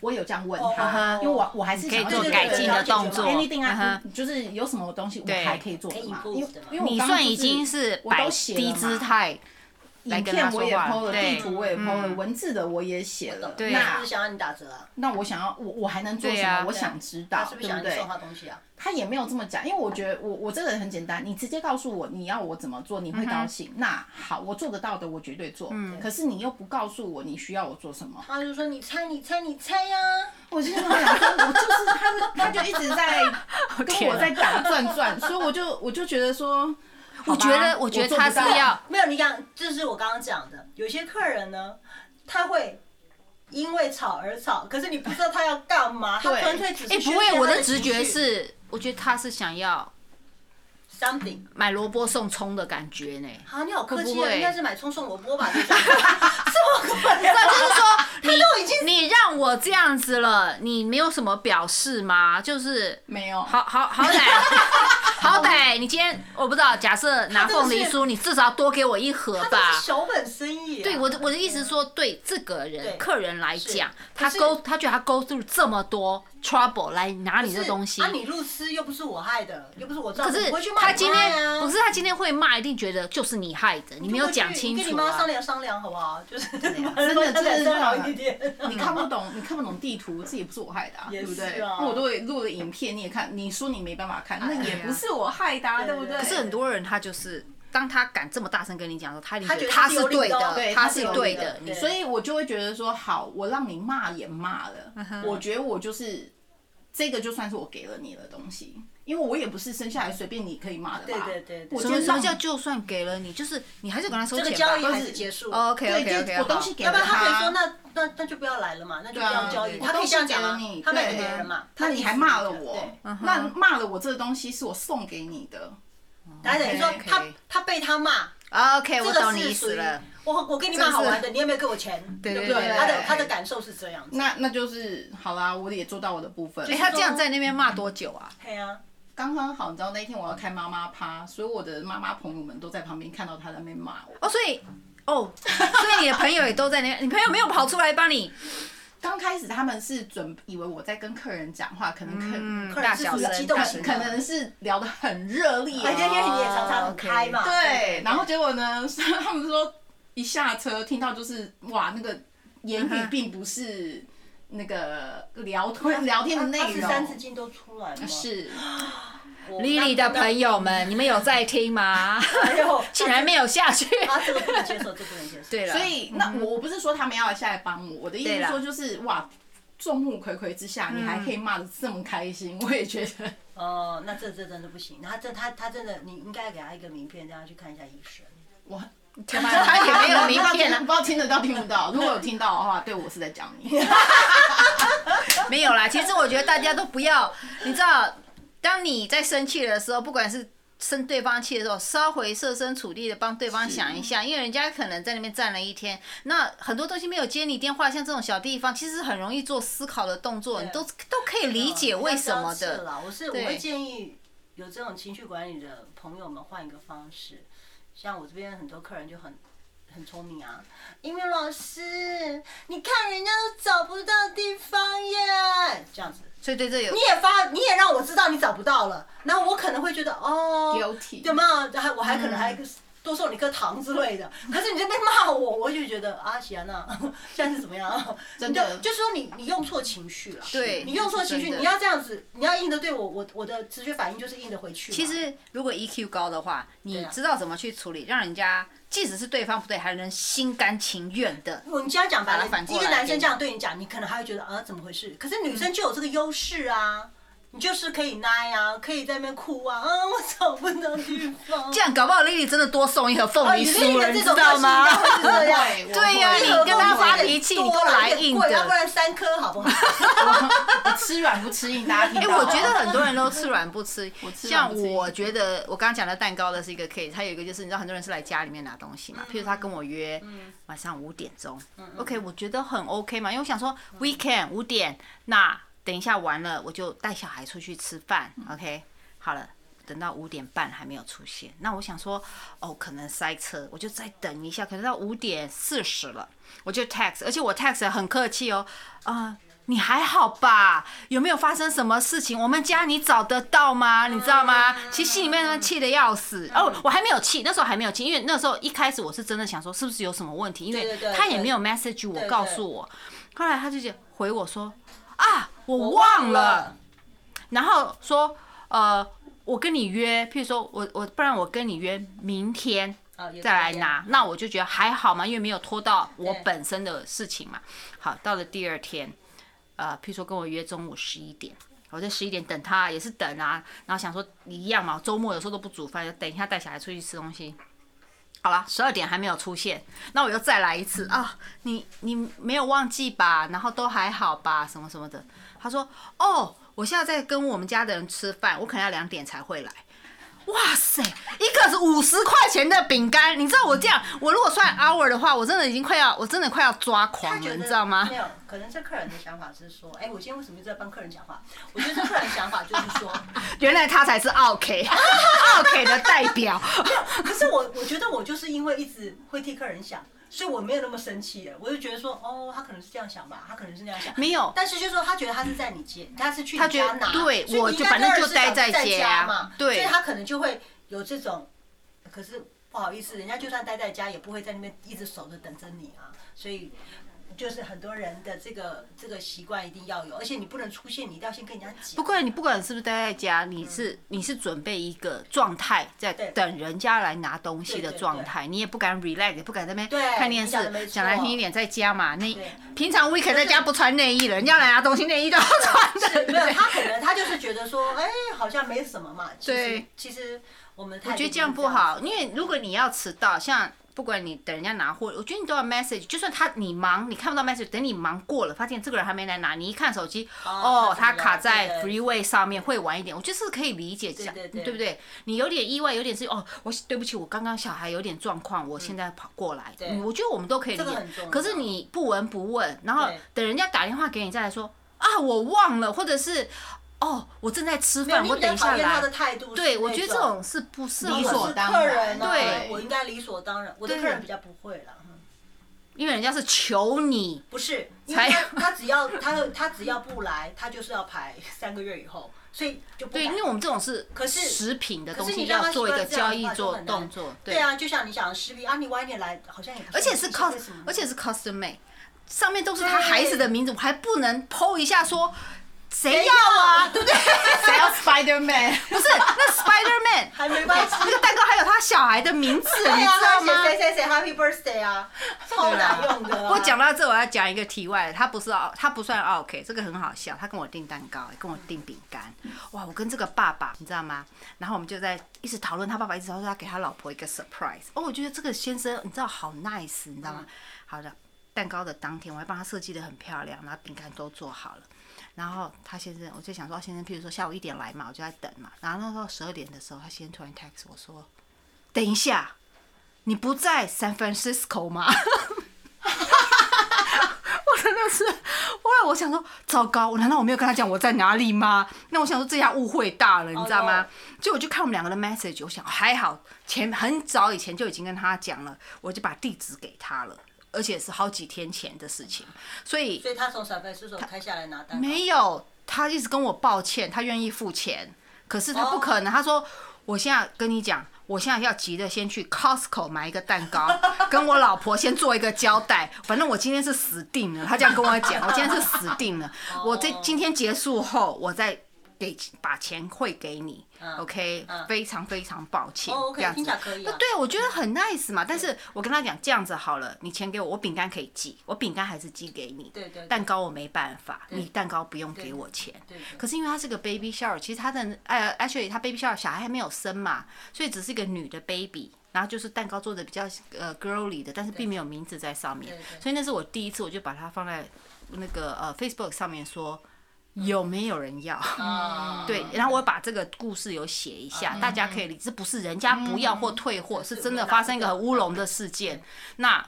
S3: 我有这样问
S1: 哦
S3: 他
S1: 嗯，哼
S3: 因为我我还是
S2: 可以
S3: 想要
S2: 做
S3: 对对
S1: 改
S3: 对
S1: 进
S3: 了
S1: 的
S3: 解就
S1: 动作
S3: 好 anything 啊
S2: 嗯，
S3: 就是有什么东西我
S2: 对
S3: 还可以做的嘛？
S1: 可以
S3: 因为
S1: improve 的嘛
S3: 因为我
S2: 你
S3: 刚刚
S2: 算已
S3: 就是
S2: 经是
S3: 我都
S2: 摆
S3: 写
S2: 低
S3: 了
S2: 姿
S3: 嘛
S2: 态来
S3: 影
S2: 跟他
S3: 片
S2: 说
S3: 我也
S2: 话
S3: PO 了，
S2: 对嗯
S3: 地图我也 PO 了，文字的我也写了，
S2: 对
S1: 是
S3: 那
S1: 不是想让你打折啊？
S3: 那我想要，我我还能做什
S2: 对
S3: 么？
S2: 啊
S3: 我想知
S1: 他
S3: 道，
S1: 是不是
S3: 对
S1: 想
S3: 不
S1: 让你
S3: 对
S1: 送？他东西啊？
S3: 他也没有这么讲，因为我觉得我我这个人很简单，你直接告诉我你要我怎么做，你
S2: 嗯
S3: 会高兴。那好，我做得到的我绝对做。可是你又不告诉我你需要我做什么，
S1: 他就说你猜你猜你猜呀、
S3: 我就想说，我就是他，他就一直 在跟我在打转转，所以我就我就觉得说，我
S2: 啊我觉得，我觉得他是要
S1: 没有，你讲这是我刚刚讲的，有些客人呢，他会。因为吵而吵，可是你不知道他要干嘛，他
S3: 对
S1: 纯粹只是
S2: 哎，不
S1: 宣
S2: 会，
S1: 泄
S2: 我
S1: 他
S2: 的直
S1: 情
S2: 觉
S1: 绪
S2: 是，我觉得他是想要
S1: something。
S2: 买萝卜送葱的感觉 呢。
S1: 啊，你好客气
S2: 会不
S1: 啊，
S2: 会
S1: 应该是买葱送萝卜吧？这种 这么啊可怜，
S2: 就是说，你
S1: 都已经
S2: 你让我这样子了，你没有什么表示吗？就是
S3: 没有
S2: 好好好 歹好歹你今天我不知道，假设拿凤梨
S1: 他真
S2: 酥，你至少多给我一盒
S1: 他这
S2: 吧
S1: 是。小本生意、啊。
S2: 对我的我的意思是说，对这个人
S1: 对
S2: 客人来讲
S1: 是，
S2: 他
S1: 可是
S2: go 他觉得他 go through 这么多 trouble 来拿
S1: 可
S2: 你
S1: 是
S2: 的东西
S1: 啊，，你路痴又不是我害的，又不是我造
S2: 可
S1: 成的，
S2: 是
S1: 我回去骂
S2: 他
S1: 你
S2: 今
S1: 妈
S2: 天
S1: 呀
S2: 不是他今天会骂，一定觉得就是你害的，你没有讲清
S1: 你跟你
S2: 楚
S1: 妈商
S2: 啊。
S1: 量商量好不好？就是
S3: 真
S1: 真
S3: 的真
S1: 商
S3: 的就好
S1: 量
S3: 了
S1: 一点。
S3: 你看不懂，你看不懂地图，这也不是我害的、啊，
S1: 也是
S3: 对不
S1: 啊
S3: 对？那我都会录了影片，你也看，你说你没办法看，那也不是我害的、啊，
S1: 对
S3: 对
S1: 啊
S3: 不
S1: 可
S3: 对？
S2: 哎可是很多人他就是，当他敢这么大声跟你讲的时候，他一定觉得
S1: 他
S2: 他
S1: 觉
S2: 是
S1: 得他是有
S2: 对
S1: 理的哦
S2: 的，
S3: 对
S2: 他
S3: 他是
S2: 是
S3: 有
S2: 对
S1: 理的
S2: 的，
S1: 对
S2: 你
S3: 所以我就会觉得说，好，我让你骂也骂了，我觉得我就是这个就算是我给了你的东西，因为我也不是生下来随便你可以骂的
S1: 对
S3: 吧？
S1: 对对对
S3: 我
S2: 什
S3: 就
S2: 么
S3: 是
S2: 时候
S3: 让
S2: 叫就算给了你，就是你还是哦跟他收
S1: 这个
S2: 钱
S1: 交
S2: 吧
S1: 易。还是结束。
S2: OK
S3: 对
S2: OK
S3: 就
S2: OK，
S3: 我东西给
S1: 要
S3: 了
S1: 不然他可以
S3: 他
S1: 说那那那就不要来了嘛，那就不
S3: 对啊
S1: 要交易，
S3: 我
S1: 他可以这样讲
S3: 东
S1: 啊
S3: 西给了你，
S1: 他卖给
S3: 对
S1: 别人嘛，
S3: 那你还骂了我嗯
S1: 对，
S3: 那骂了我这个东西是我送给你的，
S1: 来等于说
S2: OK，OK
S1: 他他被他骂，
S2: 啊 OK，
S1: 这
S2: 我
S1: 个
S2: 懂
S1: 是
S2: 你意
S1: 属
S2: 思
S1: 于
S2: 了。
S1: 我我跟你骂好玩的，你也没有给我钱，
S2: 对
S1: 不
S2: 对
S1: 对？
S3: 对
S1: 他的他的感受是这样子。
S3: 那那就是好啦，我也做到我的部分。
S2: 哎，他这样在那边骂多久啊？
S1: 对啊，
S3: 刚刚好，你知道那一天我要开妈妈趴，所以我的妈妈朋友们都在旁边看到他在那边骂我。
S2: 哦，所以哦，所以你的朋友也都在那边，你朋友没有跑出来帮你
S3: 刚开始他们是准以为我在跟客人讲话，可能客、
S1: 客人
S2: 嗯大
S1: 是
S2: 小
S1: 属于
S2: 声，
S1: 激动
S2: 大
S1: 型
S3: 可可能是聊得很热烈，
S1: 而且因为你哦也常常很开嘛，
S3: 对，然后结果呢，他们说一下车听到就是哇，那个言
S1: 嗯
S3: 语并不是那个聊天聊天的
S1: 他
S3: 内
S1: 是三字
S3: 容，
S1: 经都哦出来了吗，
S3: 是
S1: 我
S2: Lily 的朋，友们，你们有在听吗？
S1: 那哎 呦，
S2: 竟然没有下去。
S1: 啊，这个不能接受，这个不能接受。
S2: 对了，
S3: 所以那我我不是说他们要来下来帮我，我的意思
S2: 对
S3: 是
S2: 啦
S3: 说就是哇，众目睽睽之下，你
S1: 嗯
S3: 还可以骂的这么开心，我也觉得
S1: 哦，那这这真的不行，他这他他真的，你应该给他一个名片，让他去看一下医生。
S3: 我。
S2: 他也没有名片
S3: 了，
S2: 啊
S3: 不知道听得到听不到。如果有听到的话，对我是在讲 你。
S2: 没有啦。其实我觉得大家都不要，你知道，当你在生气的时候，不管是生对方气的时候，稍微设身处地的帮对方想一下，因为人家可能在那边站了一天，那很多东西没有接你电话，像这种小地方，其实很容易做思考的动作，
S1: 对啊
S2: 你都都可以理解为什么
S1: 嗯不要这
S2: 的。
S1: 样子啦我是我
S2: 对
S1: 会建议有这种情绪管理的朋友们换一个方式，像我这边很多客人就很。很聪明啊，音乐老师，你看人家都找不到地方耶，这样子，
S2: 所以对这有
S1: 你也发，你也让我知道你找不到了，那我可能会觉得哦
S3: Guilty
S2: 嗯
S1: 对吗？还我还可能还多送你颗糖之类的。可是你这边骂我，我就觉得啊，喜安娜 现在是怎么样 啊？
S3: 真
S1: 你就
S3: 的
S1: 就说你你用错情绪了，
S2: 对
S1: 你用错情绪，
S2: 真的
S1: 你要这样子，你要硬的对我，我我的直觉反应就是硬的回去嘛。
S2: 其实如果 EQ 高的话，你
S1: 啊
S2: 知道怎么去处理，让人家即使是对方不对，还能心甘情愿的。
S1: 我们这样讲白了
S2: 把它，反
S1: 一
S2: 过来
S1: 个男生这样对你讲，你可能还会觉得啊怎么回事？可是女生就有这个优势啊，你就是可以奶啊，可以在那边哭啊， 啊我找不到地方
S2: 这。样搞不好 Lily 真的多送一盒凤梨酥了，
S1: 哦你 Lily
S2: 你知道吗？
S1: 的这种个性
S3: 我
S1: 啊
S3: 会
S2: 对呀
S3: 我
S2: 你
S3: 会
S2: 跟他发脾气你给我来硬的
S1: 要不然三颗好不好？
S3: 我吃软不吃硬，大家听
S2: 哎、
S3: 到
S2: 我
S3: 了。
S2: 觉得很多人都吃软不吃，
S3: 我吃软
S2: 像
S3: 不吃硬
S2: 我觉得我刚刚讲的蛋糕的是一个 case，还有一个就是你知道很多人是来家里面拿东西嘛，譬如他跟我约
S3: 嗯
S2: 晚上五点钟，OK，我觉得很 OK 嘛，因为我想说
S3: 嗯
S2: weekend 五点，那等一下完了我就带小孩出去吃饭，OK，好
S3: 嗯
S2: 了。等到五点半还没有出现，那我想说，哦，可能塞车，我就再等一下，可能到五点四十了，我就 text，而且我 text 得很客气哦，啊、你还好吧？有没有发生什么事情？我们家你找得到吗？你知道吗？其实心里面呢气得要死。哦，
S1: 嗯
S2: 我还没有气，那时候还没有气，因为那时候一开始我是真的想说是不是有什么问题，因
S1: 对
S2: 为
S1: 对对
S2: 他也
S1: 对
S2: 没有 message 我
S1: 对
S2: 告
S1: 对
S2: 诉我，后来他就回我说啊，我 忘了。，然后说，呃，我跟你约，譬如说我我不然我跟你约明天
S1: 哦也可以
S2: 再来拿
S1: 啊，
S2: 那我就觉得还好嘛，因为没有拖到我
S1: 对
S2: 本身的事情嘛。好，到了第二天，呃，譬如说跟我约中午十一点。我在十一点等他，也是等啊，然后想说一样嘛，周末有时候都不煮饭，等一下带小孩出去吃东西。好啦，十二点还没有出现，那我又再来一次啊！你你没有忘记吧？然后都还好吧？什么什么的。他说：“哦，我现在在跟我们家的人吃饭，我可能要两点才会来。”哇塞，一个是五十块钱的饼干，你知道我这样，我如果算 hour 的话，我真的已经快要，我真的快要抓
S1: 他
S2: 狂
S1: 觉
S2: 了，
S1: 得
S2: 你知道吗
S1: 没？有，可能这客人的想法是说，哎，我今天为什么一直在帮客人讲话？我觉得这客人想法就是说，
S2: 原来他才是 OK，OK 的代表。
S1: 可是我我觉得我就是因为一直会替客人想，所以我没有那么生气了。我就觉得说，哦，他可能是这样想吧，他可能是那样想。
S2: 没有
S1: 但是就是说他觉得他是在你接，他是去
S2: 嗯他
S1: 你
S2: 觉得
S1: 家拿，
S2: 对
S1: 所以
S2: 我
S1: 你
S2: 就
S1: 应该
S2: 反正
S1: 当
S2: 就
S1: 然是
S2: 待
S1: 想
S2: 在
S1: 在
S2: 家
S1: 家嘛，
S2: 对
S1: 所以他可能就会有这种，可是不好意思，人家就算待在家，也不会在那边一直守着等着你啊，所以。就是很多人的这个这个习惯一定要有，而且你不能出现，你一定要先跟人家讲。
S2: 不过你不管是不是待在家，你是你是准备一个状态，在
S1: 嗯对
S2: 等人家来拿东西的
S1: 对对
S2: 状态，你也不敢 relax，也不敢在那边
S1: 对
S2: 看电
S1: 你讲得没
S2: 视。
S1: 错
S2: 讲难听一点，在家嘛，你
S1: 对
S2: 平常 weekend 在家不穿内衣了，人家来拿东西，内衣都要穿
S1: 是
S2: 的。
S1: 没有，他可能他就是觉得说，哎、好像没什么嘛。其实
S2: 对，
S1: 其实我们
S2: 我
S1: 我
S2: 觉得这样不。好，因为如果你要迟到，像不管你等人家拿货，我觉得你都要 message，就算他你忙，你看不到 message，等你忙过了，发现这个人还没来拿，你一看手机，
S1: 哦
S2: 哦，
S1: 他
S2: 他
S1: 怎么了
S2: 卡在
S1: 对
S2: freeway 上面，会晚一点，我觉得是可以理解这样，
S1: 对对对
S2: 不对？你有点意外，有点是哦，我对不起，我刚刚小孩有点状况，我现在跑过来，
S1: 对
S2: 嗯我觉得我们都可以理
S1: 这个
S2: 解
S1: 很重。要
S2: 可是你不闻不问，然后
S1: 对
S2: 等人家打电话给你再来说啊，我忘了，或者是。哦，我正在吃
S1: 没有，
S2: 饭，
S1: 你
S2: 我
S1: 比较
S2: 等一下
S1: 讨厌他
S2: 来
S1: 的。态度是那。
S2: 对，我觉得这种是不适合
S3: 理
S1: 我
S3: 所
S1: 是
S3: 当
S1: 客
S3: 然
S1: 人啊
S2: 对
S1: 我应该理所当然。我的
S2: 对
S1: 客人比较不会了。嗯
S2: 因为人家是求你，
S1: 不是，因
S2: 才
S1: 为他他只要他他只要不来，他就是要排 三个月以后，所以就不
S2: 对，
S1: 来
S2: 因为我们这种是
S1: 啊可是
S2: 食品的
S1: 可
S2: 东
S1: 是
S2: 西
S1: 你让
S2: 要
S1: 他习
S2: 做一
S1: 惯
S2: 个
S1: 这样
S2: 交
S1: 的
S2: 易
S1: 话就
S2: 做
S1: 很难
S2: 动作，
S1: 对，啊，就像你讲的食品啊，你晚一点来好像也不行，
S2: 而且是
S1: 你
S2: 靠
S1: 为什么，
S2: 而且是 custom，上面都是他孩子的名字，我还不能剖一下说谁
S1: 谁
S2: 要啊，
S1: 要
S2: 对不对？
S3: 谁要 Spider Man？
S2: 不是，那 Spider Man
S1: 还没关 系
S2: 那个蛋糕还有他小孩的名字，
S1: 对
S2: 你
S1: 啊，
S2: 知道
S1: 他
S2: 吗
S1: 写？谁谁谁 Happy Birthday 啊，超难用的啊。
S2: 不过讲到这，我要讲一个题外的，他不是奥，他不算 OK，这个很好笑。他跟我订蛋糕，也跟我订饼干，哇！我跟这个爸爸，你知道吗？然后我们就在一直讨论，他爸爸一直说他给他老婆一个 surprise。哦，我觉得这个先生，你知道好 nice，你知道
S1: 嗯
S2: 吗？好的，蛋糕的当天，我还帮他设计的很漂亮，然后饼干都做好了。然后他先生，我就想说，哦先生，譬如说下午一点来嘛，我就在等嘛。然后那时候十二点的时候，他先生突然 text 我说：“等一下，你不在 San Francisco 吗？”我真的是，后来我想说，糟糕，我难道我没有跟他讲我在哪里吗？那我想说这下误会大了，你知道吗
S1: 哦？
S2: 结果我就看我们两个的 message，我想还好，前很早以前就已经跟他讲了，我就把地址给他了，而且是好几天前的事情，所以
S1: 所以他从小贝叔手开下来拿单，
S2: 没有，他一直跟我抱歉，他愿意付钱，可是他不可能。他说我现在跟你讲，我现在要急着先去 Costco 买一个蛋糕，跟我老婆先做一个交代。反正我今天是死定了，她这样跟我讲，我今天是死定了。
S1: 哦
S2: 我这今天结束后，我再给把钱汇给你。OK，非常非常抱
S1: 嗯
S2: 歉，
S1: 哦，OK，
S2: 这样
S1: 听
S2: 子
S1: 起来可以啊
S2: 那对，我觉得很 nice 嘛。但是我跟他讲这样子好了，你钱给我，我饼干可以寄，我饼干还是寄给你。
S1: 对对对
S2: 蛋糕我没办法，你蛋糕不用给我钱。可是因为他是个 baby shower，其实他的呃，actually 他 baby shower 小孩还没有生嘛，所以只是一个女的 baby。然后就是蛋糕做的比较呃 girly 的，但是并没有名字在上面，所以那是我第一次，我就把它放在那个呃 Facebook 上面说有没有人要。
S1: 啊，
S2: 对，然后我把这个故事有写一下，大家可以理这不是人家不要或退货，嗯是真的发生一个很乌龙的事件。那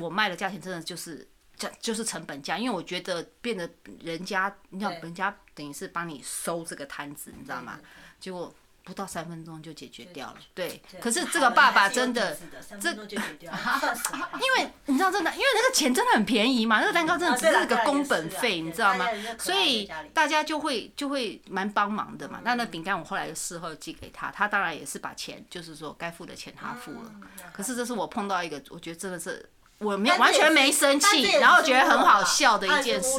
S2: 我卖的价钱真的就是价，就是成本价，因为我觉得变得人家，你知道，人家等于是帮你收这个摊子，你知道吗？结果不到三分钟就解决掉了。对，可是这个爸爸真的，
S1: 这就解掉了，算什么？
S2: 因为你知道真的，因为那个钱真的很便宜嘛，那个蛋糕真的只
S1: 啊对啦
S2: 是个工本
S1: 对啦也
S2: 费，
S1: 是啊
S2: 你知道吗
S1: 对大家也是可爱？的
S2: 所以
S1: 在家里嗯
S2: 大家就会就会蛮帮忙的嘛。那那饼干我后来事后寄给他，他当然也是把钱，就是说该付的钱他付了。
S1: 嗯
S2: 可是这是我碰到一个，我觉得真的是我没有完全没生气，然后觉得很
S1: 啊
S2: 好笑的一件事。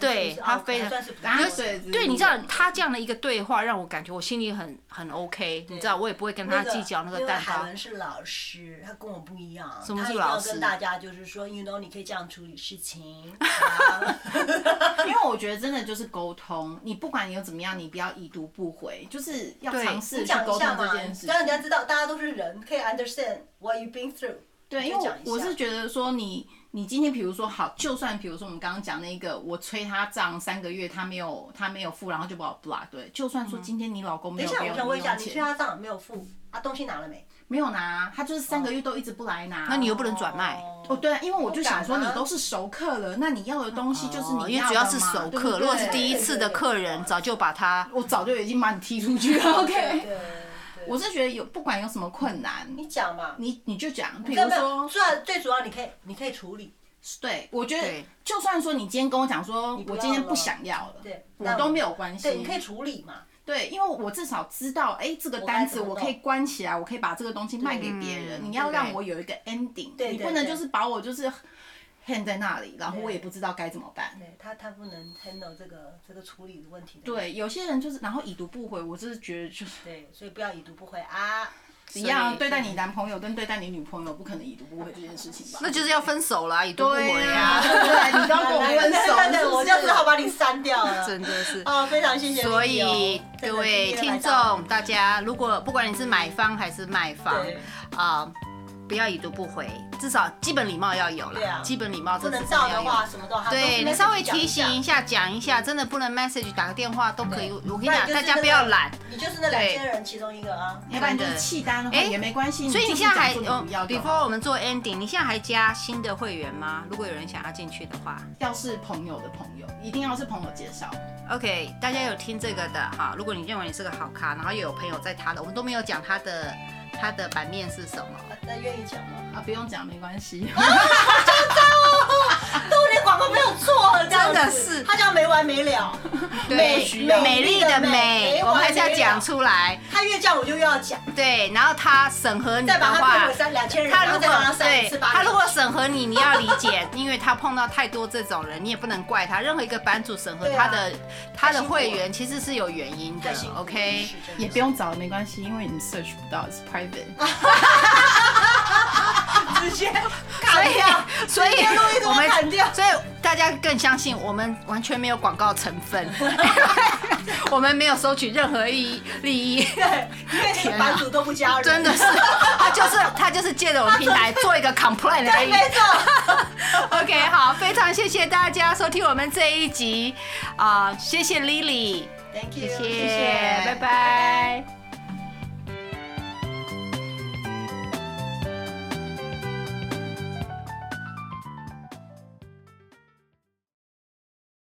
S2: 对
S1: 哦
S2: 他非常。
S1: 然后
S3: 水之
S2: 对，
S3: 物
S2: 你知道他这样的一个对话，让我感觉我心里很很 OK，你知道，我也不会跟他计较那个
S1: 因
S2: 蛋
S1: 为海
S2: 糕。
S1: 文是老师，他跟我不一样，
S2: 么
S1: 他
S2: 是
S1: 一定要
S2: 老师
S1: 跟大家就是说，you know，你可以这样处理事 情。
S3: 因为我觉得真的就是沟通，你不管你又怎么样，你不要已读不回，就是要
S2: 对
S3: 尝试去
S1: 讲
S3: 沟
S1: 一下
S3: 通这
S1: 嘛
S3: 件事，情
S1: 让。人家知道大家都是人，可以 understand what you've been through。
S3: 对，因
S1: 就
S3: 为我
S1: 讲一下
S3: 我是觉得说你，你今天比如说好，就算比如说我们刚刚讲那个，我催他账三个月，他没有他没有付，然后就把我 block。对，就算说今天你老公没有
S1: 等一下，
S3: 给
S1: 我想
S3: 我
S1: 问
S3: 零
S1: 一下，
S3: 用
S1: 你催
S3: 钱，
S1: 他账没有付啊？东西拿 了没？
S3: 没有拿，他就是三个月都一直不来拿。那
S2: 你又不能转卖
S3: 哦，对啊，因为我就想说
S1: 不
S3: 你
S1: 敢啊
S3: 都是熟客了，那你要的东西就是
S2: 哦
S3: 你
S2: 因为主
S3: 要的
S2: 要
S3: 嘛
S2: 是熟
S3: 对不
S2: 客，如果是
S3: 对
S2: 第一次的客人，早就把他
S3: 我早就已经把你踢出去了。
S1: 对
S3: OK，
S1: 对，
S3: 我是觉得有不管有什么困难，
S1: 你讲嘛，
S3: 你你就讲，比
S1: 没有
S3: 如
S1: 没
S3: 说
S1: 有，主要最主要你可以你可以处理，
S3: 对，我觉得
S2: 对
S3: 就算说你今天跟我讲说，
S1: 不
S3: 我
S1: 要
S3: 今天
S1: 了
S3: 不想要了，
S1: 对
S3: 我
S1: 那
S3: 都没有关系。
S1: 对，你可以处理嘛。
S3: 对因为我至少知道，哎，这个
S1: 我该
S3: 单
S1: 怎
S3: 子
S1: 么
S3: 我
S1: 弄
S3: 可以关起来，我可以把这个东西卖给别人。你要
S2: 对
S3: 让我有一个 ending，
S1: 对对
S3: 你不能
S1: 对
S3: 就是把我就是 hang 在那里，然后我也不知道该怎么办。
S1: 对他他不能 handle 这个这个处理的问题的。
S3: 对，有些人就是然后已读不回，我就是觉得就是
S1: 对，所以不要已读不回啊。
S3: 一样对待你男朋友跟对待你女朋友，不可能已读不回这件事情吧？
S2: 那就是要分手啦，已读不回啊
S3: 对
S2: 呀、
S3: 呀、对，你都要跟我分
S1: 对
S3: 手，
S1: 对
S3: 是
S1: 对
S3: 不
S1: 我
S3: 是
S1: 就只好把你删掉了。
S2: 真的是。
S1: 哦，非常谢谢你哦。
S2: 所以
S1: 真的
S2: 各位
S1: 今天
S2: 听
S1: 来到
S2: 众，大家如果不管你是买方还是卖方
S1: 对，
S2: 啊、不要已读不回，至少基本礼貌要有
S1: 对
S2: 了
S1: 啊，
S2: 基本礼貌
S1: 不
S2: 这
S1: 能
S2: 是
S1: 照
S2: 要
S1: 的
S2: 有。
S1: 话，什么都好。
S2: 对
S1: 都
S2: 你
S1: 是
S2: 稍微
S1: message 讲一
S2: 提
S1: 下
S2: 醒一，下，讲一下，真的不能 message 打个电话都可以。我跟你讲，
S1: 不然就是
S2: 大家
S1: 那
S2: 不要
S1: 个
S2: 懒，
S1: 你就是那两千人其中一个啊。
S3: 要不然就是契单的话
S2: 哎
S3: 也没关
S1: 嗯
S3: 系。
S2: 所以
S3: 就
S2: 你
S3: 是
S2: 现在还嗯
S3: 讲说你不要
S2: 比
S3: 就
S2: 如
S3: 好
S2: 说我们做 ending，你现在还加新的会员吗？如果有人想要进去的话
S3: 要是朋友的朋友，一定要是朋友介绍。
S2: ，OK，大家有听这个的哈。如果你认为你是个好咖，然后又有朋友在他的，我们都没有讲他的他的版面是 什么。
S1: 啊那愿意讲吗？
S3: 啊，不用讲，没关系。
S1: 都连广告没有做，这样子
S2: 真的是
S1: 他这样没完没了。
S2: 对
S1: 需要
S2: 美丽的
S1: 美
S2: 美，
S1: 美
S2: 我们还是要
S1: 美
S2: 讲出来。
S1: 他越这样，我就越要讲，
S2: 对，然后他审核你嗯的
S1: 再把他
S2: 话
S1: 推回，三两千人，
S2: 他
S1: 然
S2: 如
S1: 后
S2: 果
S1: 再让他删一
S2: 对
S1: 次吧。
S2: 他如果审核你，你要理解， 因为他碰到太多这种人，你也不能怪他。任何一个版主审核
S1: 对啊
S2: 他的他的
S1: 辛苦
S2: 会
S1: 了
S2: 员，其实是有原因的
S1: 太辛。苦了
S2: OK，
S1: 是真的
S3: 也不用找，没关系，因为你们 search 不到，is private。
S1: 直接
S2: 所
S1: 砍掉。
S2: 以所以
S1: 直接录一个
S2: 我们
S1: 砍掉
S2: 所以大家更相信我们完全没有广告成分， 我们没有收取任何利益 利益。
S1: 对，因为那个版主都不加入，
S2: 真的是，他就是他就是借着我们平台做一个 complain 而
S1: 对，
S2: 已。
S1: 没 错。
S2: OK，好，非常谢谢大家收听我们这一集，啊、谢谢 Lily，
S1: Thank you，
S2: 谢谢，
S1: 谢谢，
S2: 拜拜